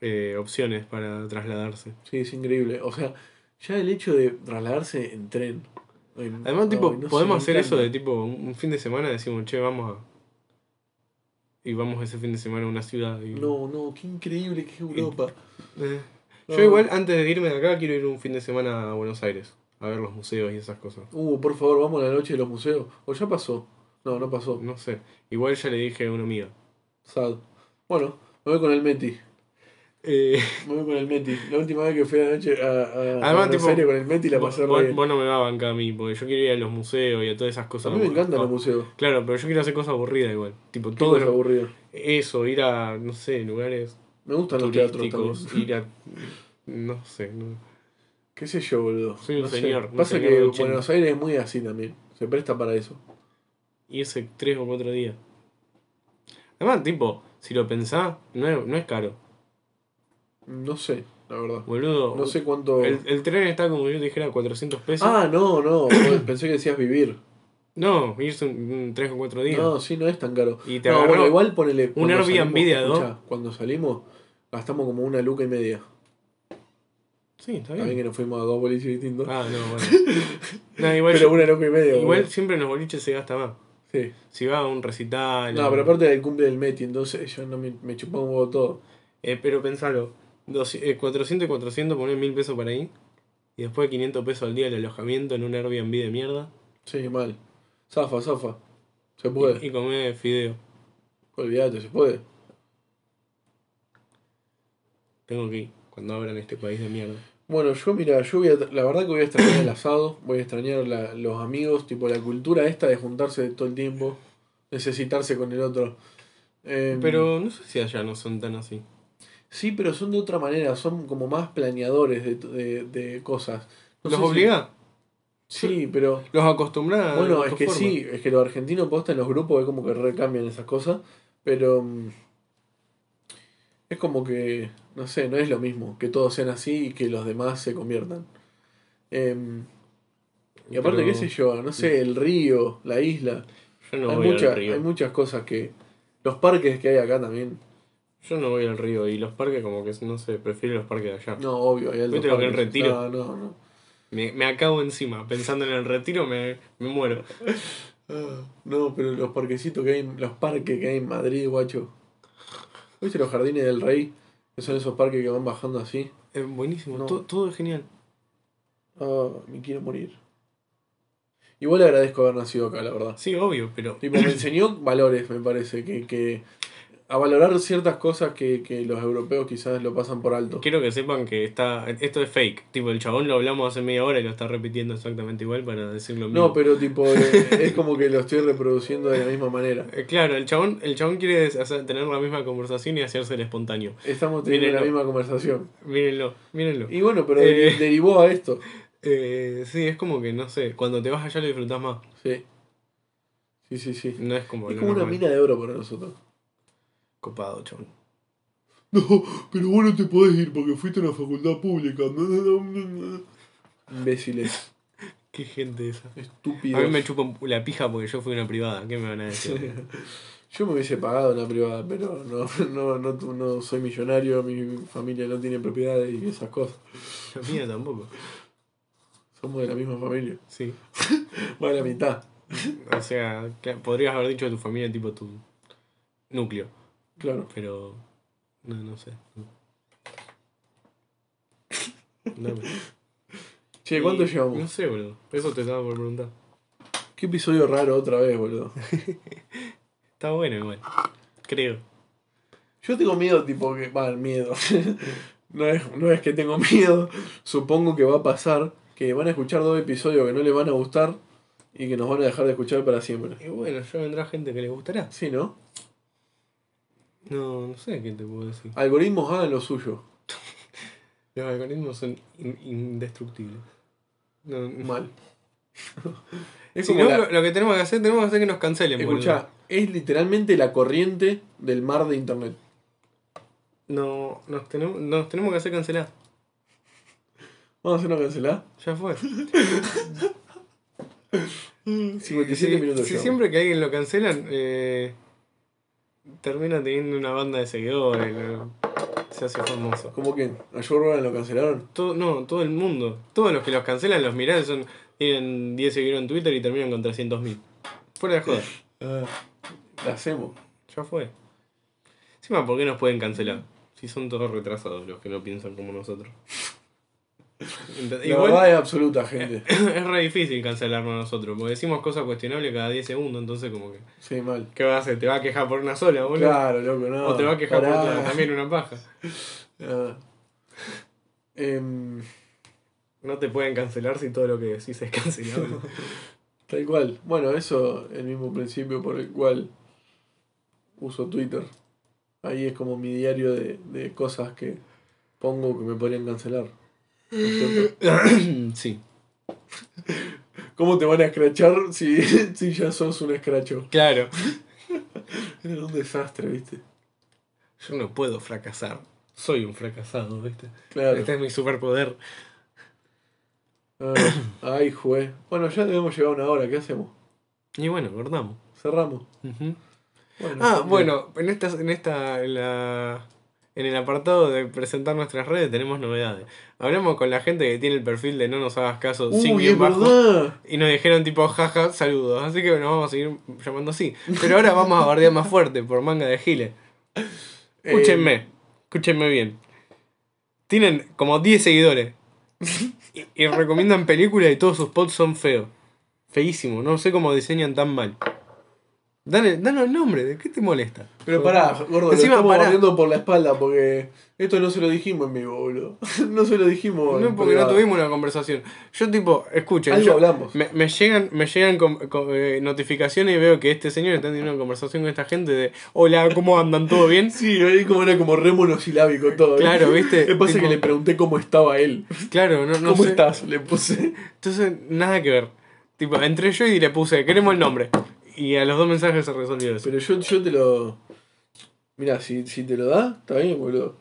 Speaker 2: eh, opciones para trasladarse.
Speaker 1: Sí, es increíble. O sea, ya el hecho de trasladarse en tren. en-
Speaker 2: Además, tipo,
Speaker 1: ay, no sé,
Speaker 2: podemos
Speaker 1: me
Speaker 2: hacer eso
Speaker 1: encanta.
Speaker 2: de tipo un un fin de semana, decimos, che, vamos a. Y vamos ese fin de semana a una ciudad. y-
Speaker 1: No, no, qué increíble que es Europa.
Speaker 2: Eh.
Speaker 1: No.
Speaker 2: Yo igual antes de irme de acá quiero ir un fin de semana a Buenos Aires, a ver los museos y esas cosas.
Speaker 1: Uh, por favor, vamos a la noche de los museos. ¿O ya pasó? No, no pasó.
Speaker 2: No sé, igual ya le dije a una amiga.
Speaker 1: Sad. Bueno, me voy con el Meti.
Speaker 2: Eh,
Speaker 1: Me voy con el Meti. La última vez que fui a la noche a, a, a
Speaker 2: Además,
Speaker 1: Buenos
Speaker 2: Ah, tipo,
Speaker 1: Aires con el Meti la
Speaker 2: vos,
Speaker 1: pasé
Speaker 2: vos-
Speaker 1: re bien.
Speaker 2: vos no me va a bancar a mí, porque yo quiero ir a los museos y a todas esas cosas.
Speaker 1: A mí me encantan
Speaker 2: Ah,
Speaker 1: los museos.
Speaker 2: Claro, pero yo quiero hacer cosas aburridas igual. Tipo,
Speaker 1: Todo
Speaker 2: todo
Speaker 1: es
Speaker 2: lo-
Speaker 1: aburrido.
Speaker 2: eso, ir a, no sé, lugares
Speaker 1: Me gustan los teatros también.
Speaker 2: turísticos, ir a... No sé, no-
Speaker 1: ¿Qué sé yo, boludo?
Speaker 2: Soy un
Speaker 1: No sé.
Speaker 2: señor, un
Speaker 1: Pasa
Speaker 2: señor
Speaker 1: que
Speaker 2: de 80.
Speaker 1: Buenos Aires es muy así también. Se presta para eso.
Speaker 2: Y ese tres o cuatro días. Además, tipo, si lo pensás, no es, no es caro.
Speaker 1: No sé, la verdad.
Speaker 2: Boludo,
Speaker 1: No sé cuánto.
Speaker 2: El, el tren está como yo dijera 400 pesos.
Speaker 1: Ah, no, no. vos Pensé que decías vivir.
Speaker 2: No, irse un, un 3 o 4 días.
Speaker 1: No, sí, no es tan caro.
Speaker 2: Y te
Speaker 1: No,
Speaker 2: agarró
Speaker 1: bueno, igual ponele. cuando
Speaker 2: Airbnb
Speaker 1: salimos-
Speaker 2: de a dos.
Speaker 1: escuchá, Cuando salimos, gastamos como una luca y media.
Speaker 2: Sí, está
Speaker 1: También
Speaker 2: bien.
Speaker 1: que nos fuimos a dos boliches distintos.
Speaker 2: Ah, no, bueno. No, igual,
Speaker 1: pero
Speaker 2: yo-
Speaker 1: una luca y media.
Speaker 2: igual
Speaker 1: boludo.
Speaker 2: siempre en los boliches se gasta más.
Speaker 1: Sí.
Speaker 2: Si va a un recital.
Speaker 1: No, pero aparte del cumple del Meti, entonces yo no me, me chupaba un huevo todo.
Speaker 2: Eh, pero pensalo: dos- eh, 400 y 400, poner 1000 pesos para ahí. Y después 500 pesos al día el alojamiento en un Airbnb de mierda.
Speaker 1: Sí, mal. Zafa, zafa. Se
Speaker 2: Y,
Speaker 1: puede.
Speaker 2: y comer fideo.
Speaker 1: Olvídate, se puede.
Speaker 2: Tengo que ir cuando abran este país de mierda.
Speaker 1: Bueno, yo mira, yo voy a- la verdad que voy a extrañar el asado, voy a extrañar la- los amigos, tipo la cultura esta de juntarse todo el tiempo, necesitarse con el otro. Eh,
Speaker 2: Pero no sé si allá no son tan así.
Speaker 1: Sí, pero son de otra manera, son como más planeadores de, de, de cosas. No
Speaker 2: ¿Los
Speaker 1: sé si-
Speaker 2: obliga?
Speaker 1: Sí, pero...
Speaker 2: ¿Los acostumbra? a
Speaker 1: Bueno,
Speaker 2: tu
Speaker 1: es que
Speaker 2: forma?
Speaker 1: sí, es que los argentinos posta en los grupos es como que recambian esas cosas, pero mm, es como que, no sé, no es lo mismo que todos sean así y que los demás se conviertan. Em, y aparte,
Speaker 2: Pero
Speaker 1: qué sé yo, no sé, el río, la isla,
Speaker 2: Yo no
Speaker 1: hay,
Speaker 2: voy
Speaker 1: mucha-
Speaker 2: al río.
Speaker 1: hay muchas cosas que... Los parques que hay acá también.
Speaker 2: Yo no voy al río y los parques como que no sé, prefiero los parques de allá.
Speaker 1: No, obvio, hay altos
Speaker 2: ¿Viste lo que es el
Speaker 1: parques. No,
Speaker 2: Retiro?
Speaker 1: no, no.
Speaker 2: Me, me acabo encima, pensando en el retiro me, me muero.
Speaker 1: Ah, No, pero los parquecitos que hay, en- los parques que hay en Madrid, guacho. ¿Viste los jardines del rey? Que son esos parques que van bajando así.
Speaker 2: Es buenísimo,
Speaker 1: No.
Speaker 2: todo, todo es genial.
Speaker 1: Ah, me quiero morir. Igual le agradezco haber nacido acá, la verdad.
Speaker 2: Sí, obvio, pero
Speaker 1: Tipo, me enseñó valores, me parece, que, que a valorar ciertas cosas que, que los europeos quizás lo pasan por alto.
Speaker 2: quiero que sepan que está, esto es fake. Tipo, el chabón lo hablamos hace media hora y lo está repitiendo exactamente igual para decirlo mismo.
Speaker 1: No, pero tipo, eh, es como que lo estoy reproduciendo de la misma manera.
Speaker 2: Eh, Claro, el chabón, el chabón quiere hacer- tener la misma conversación y hacerse el espontáneo.
Speaker 1: Estamos teniendo
Speaker 2: Mírenlo.
Speaker 1: la misma conversación.
Speaker 2: Mírenlo, mírenlo.
Speaker 1: Y bueno, pero
Speaker 2: Eh.
Speaker 1: derivó a esto.
Speaker 2: Eh, sí, es como que, no sé, cuando te vas allá lo disfrutás más.
Speaker 1: Sí. Sí, sí, sí.
Speaker 2: No es como...
Speaker 1: Es
Speaker 2: lo
Speaker 1: como una
Speaker 2: normal.
Speaker 1: mina de oro para nosotros.
Speaker 2: Copado, chabón.
Speaker 1: No, pero vos no te podés ir porque fuiste a una facultad pública. No, no, no, no, no. Imbéciles,
Speaker 2: Qué gente esa. A
Speaker 1: estúpidos.
Speaker 2: mí me chupan la pija porque yo fui a una privada. ¿Qué me van a decir?
Speaker 1: Yo me hubiese pagado una privada, pero no, no, no, tu- no soy millonario, mi familia no tiene propiedades y esas cosas.
Speaker 2: La mía tampoco.
Speaker 1: Somos de la misma familia.
Speaker 2: Sí.
Speaker 1: Más de la mitad,
Speaker 2: O sea, cla- podrías haber dicho de tu familia, tipo tu núcleo.
Speaker 1: claro.
Speaker 2: Pero. No, no sé. Dame.
Speaker 1: Che, ¿cuánto
Speaker 2: Y-
Speaker 1: llevamos?
Speaker 2: No sé, boludo. Eso te estaba por preguntar.
Speaker 1: Qué episodio raro otra vez, boludo.
Speaker 2: Está bueno igual. Creo.
Speaker 1: Yo tengo miedo, tipo, que. Va, miedo. no, es, no es que tengo miedo. Supongo que va a pasar que van a escuchar dos episodios que no les van a gustar y que nos van a dejar de escuchar para siempre.
Speaker 2: Y bueno, ya vendrá gente que le gustará.
Speaker 1: Sí, ¿no?
Speaker 2: No, no sé qué te puedo decir.
Speaker 1: Algoritmos hagan lo suyo.
Speaker 2: Los algoritmos son in- indestructibles. No, no.
Speaker 1: Mal. es
Speaker 2: Si
Speaker 1: como.
Speaker 2: no,
Speaker 1: la-
Speaker 2: lo, lo que tenemos que hacer, tenemos que hacer que nos cancelen, boludo.
Speaker 1: Escuchá, es literalmente la corriente del mar de internet.
Speaker 2: No, nos tenemos, nos tenemos que hacer cancelar.
Speaker 1: Vamos a hacer una cancelada.
Speaker 2: Ya fue.
Speaker 1: 57
Speaker 2: si,
Speaker 1: minutos
Speaker 2: si
Speaker 1: llevamos.
Speaker 2: siempre que alguien lo cancelan, eh, termina teniendo una banda de seguidores, lo- se hace famoso.
Speaker 1: ¿Cómo que? ¿A Joe Rogan lo cancelaron?
Speaker 2: Todo, no, todo el mundo. Todos los que los cancelan, los mirás, son, tienen 10 seguidores en Twitter y terminan con 300.000. Fuera de joda.
Speaker 1: Ah, la hacemos.
Speaker 2: Ya fue. Encima, ¿por qué nos pueden cancelar? Si son todos retrasados los que no piensan como nosotros. Ent-
Speaker 1: La
Speaker 2: Igual
Speaker 1: verdad es absoluta, gente.
Speaker 2: es re difícil cancelarnos nosotros, porque decimos cosas cuestionables cada 10 segundos, entonces como que...
Speaker 1: Sí, mal.
Speaker 2: ¿Qué vas a hacer? ¿Te vas a quejar por una sola, boludo?
Speaker 1: Claro, loco, no.
Speaker 2: o te vas a quejar
Speaker 1: pará.
Speaker 2: por otra, también una paja.
Speaker 1: Ah. Em,
Speaker 2: No te pueden cancelar si todo lo que decís es cancelable.
Speaker 1: tal cual. Bueno, eso el mismo principio por el cual uso Twitter. Ahí es como mi diario de, de cosas que pongo que me podrían cancelar. ¿No es cierto?
Speaker 2: sí.
Speaker 1: ¿Cómo te van a escrachar si, si ya sos un escracho?
Speaker 2: Claro.
Speaker 1: Eres un desastre, ¿viste?
Speaker 2: Yo no puedo fracasar. Soy un fracasado, ¿viste?
Speaker 1: Claro.
Speaker 2: Este es mi superpoder.
Speaker 1: Ah, ay, jue. Bueno, ya debemos llegar a una hora. ¿Qué hacemos?
Speaker 2: Y bueno, cortamos.
Speaker 1: Cerramos.
Speaker 2: Ujú.
Speaker 1: Bueno,
Speaker 2: Ah,
Speaker 1: gente.
Speaker 2: bueno, en esta, en esta, en la- en el apartado de presentar nuestras redes tenemos novedades. Hablamos con la gente que tiene el perfil de no nos hagas caso sin
Speaker 1: Uy,
Speaker 2: guión
Speaker 1: es
Speaker 2: bajo.
Speaker 1: verdad.
Speaker 2: Y nos dijeron tipo, jaja, saludos. Así que nos vamos a seguir llamando así. Pero ahora vamos a bardear más fuerte por manga de giles. Escúchenme, escúchenme bien. Tienen como 10 seguidores. Y, y recomiendan películas y todos sus posts son feos. Feísimo, no sé cómo diseñan tan mal. Dale, dale el nombre, ¿de qué te molesta?
Speaker 1: Pero pará, gordo,
Speaker 2: Encima
Speaker 1: lo estamos
Speaker 2: pará.
Speaker 1: barriendo por la espalda porque esto no se lo dijimos en vivo, boludo. No se lo dijimos.
Speaker 2: No,
Speaker 1: en
Speaker 2: porque no
Speaker 1: privado.
Speaker 2: tuvimos una conversación. Yo, tipo, escuchen,
Speaker 1: Algo
Speaker 2: yo-
Speaker 1: hablamos.
Speaker 2: me, me llegan, me llegan com- co- eh, notificaciones y veo que este señor está teniendo una conversación con esta gente de: Hola, ¿cómo andan? ¿Todo bien?
Speaker 1: Sí, ahí como era como re monosilábico todo. ¿eh?
Speaker 2: Claro, ¿viste?
Speaker 1: Me pasa
Speaker 2: Tipo-
Speaker 1: que le pregunté cómo estaba él.
Speaker 2: Claro, no, no
Speaker 1: ¿Cómo
Speaker 2: sé.
Speaker 1: estás? Le puse.
Speaker 2: Entonces, nada que ver. Tipo, entré yo y le puse: Queremos el nombre. Y a los dos mensajes se resolvió eso.
Speaker 1: Pero yo, yo te lo. Mira, si, si te lo da, está bien, boludo.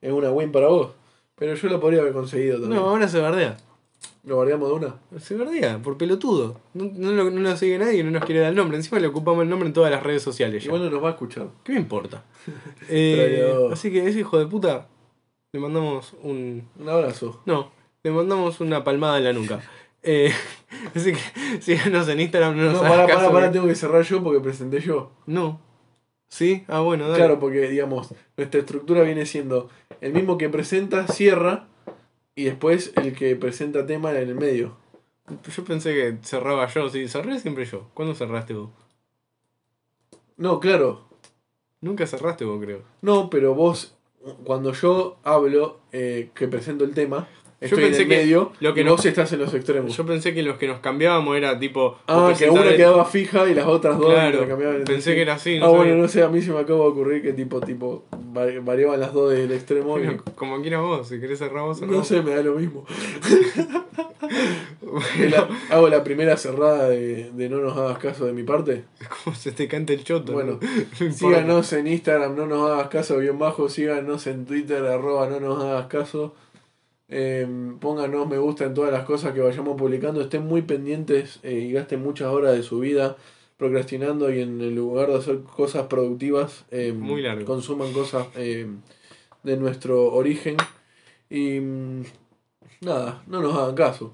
Speaker 1: Es una win para vos. Pero yo lo podría haber conseguido también.
Speaker 2: No, ahora se bardea.
Speaker 1: ¿Lo guardamos de una?
Speaker 2: Se bardea, por pelotudo. No, no lo, no lo sigue nadie y no nos quiere dar el nombre. Encima le ocupamos el nombre en todas las redes sociales. ya.
Speaker 1: Igual no nos va a escuchar.
Speaker 2: ¿Qué me importa? Eh,
Speaker 1: Pero-
Speaker 2: así que ese hijo de puta, le mandamos un.
Speaker 1: Un abrazo.
Speaker 2: No, le mandamos una palmada en la nuca. Eh, así que síganos en Instagram, no
Speaker 1: No,
Speaker 2: nos hagas
Speaker 1: pará,
Speaker 2: caso,
Speaker 1: pará, pará,
Speaker 2: que-
Speaker 1: tengo que cerrar yo porque presenté yo.
Speaker 2: No. ¿Sí? Ah, bueno, dale.
Speaker 1: Claro, porque, digamos, nuestra estructura viene siendo el mismo que presenta, cierra, y después el que presenta tema en el medio.
Speaker 2: Yo pensé que cerraba yo, sí, cerré siempre yo. ¿Cuándo cerraste vos?
Speaker 1: No, claro.
Speaker 2: Nunca cerraste vos, creo.
Speaker 1: No, pero vos, cuando yo hablo, eh, que presento el tema, estoy
Speaker 2: pensé
Speaker 1: en
Speaker 2: que
Speaker 1: el medio,
Speaker 2: lo que
Speaker 1: y
Speaker 2: no-
Speaker 1: vos estás en los extremos.
Speaker 2: Yo pensé que los que nos cambiábamos era tipo. vos
Speaker 1: Ah, que
Speaker 2: presentabas
Speaker 1: una
Speaker 2: el-
Speaker 1: quedaba fija y las otras dos
Speaker 2: Claro,
Speaker 1: intercambiaban entre
Speaker 2: pensé
Speaker 1: sí.
Speaker 2: que era así.
Speaker 1: ah,
Speaker 2: sabía.
Speaker 1: bueno, no sé, a mí se me acaba de ocurrir que tipo, tipo, vari- variaban las dos del extremo y...
Speaker 2: Bueno, como quieras vos, si querés cerrar vos, cerrá
Speaker 1: No
Speaker 2: vos.
Speaker 1: sé, me da lo mismo. Es la- hago la primera cerrada de, de no nos hagas caso de mi parte.
Speaker 2: Como se te canta el choto.
Speaker 1: Bueno,
Speaker 2: ¿no? No importa.
Speaker 1: Síganos en Instagram, no nos hagas caso, bien bajo. Síganos en Twitter, arroba, no nos hagas caso. Em, pónganos me gusta en todas las cosas que vayamos publicando. Estén muy pendientes eh, y gasten muchas horas de su vida procrastinando y en el lugar de hacer cosas productivas, em,
Speaker 2: Muy largo.
Speaker 1: consuman cosas em, de nuestro origen. Y mm, nada, no nos hagan caso.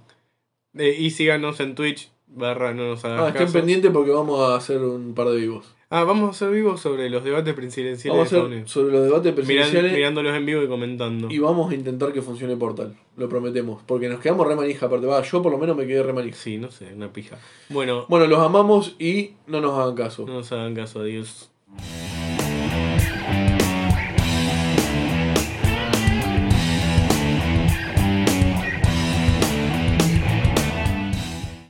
Speaker 2: Eh, y síganos en Twitch, barra no nos
Speaker 1: Ah,
Speaker 2: hagas
Speaker 1: estén
Speaker 2: caso.
Speaker 1: pendientes porque vamos a hacer un par de vivos.
Speaker 2: Ah, vamos a ser vivos sobre los debates presidenciales
Speaker 1: Vamos a
Speaker 2: de Estados
Speaker 1: hacer
Speaker 2: Unidos.
Speaker 1: sobre los debates
Speaker 2: Miran-
Speaker 1: presidenciales.
Speaker 2: mirándolos en vivo y comentando.
Speaker 1: Y vamos a intentar que funcione Portal, lo prometemos. Porque nos quedamos re manija, aparte. Va, yo por lo menos me quedé re manija.
Speaker 2: Sí, no sé, una pija. Bueno,
Speaker 1: Bueno, los amamos y no nos hagan caso.
Speaker 2: no nos hagan caso, adiós.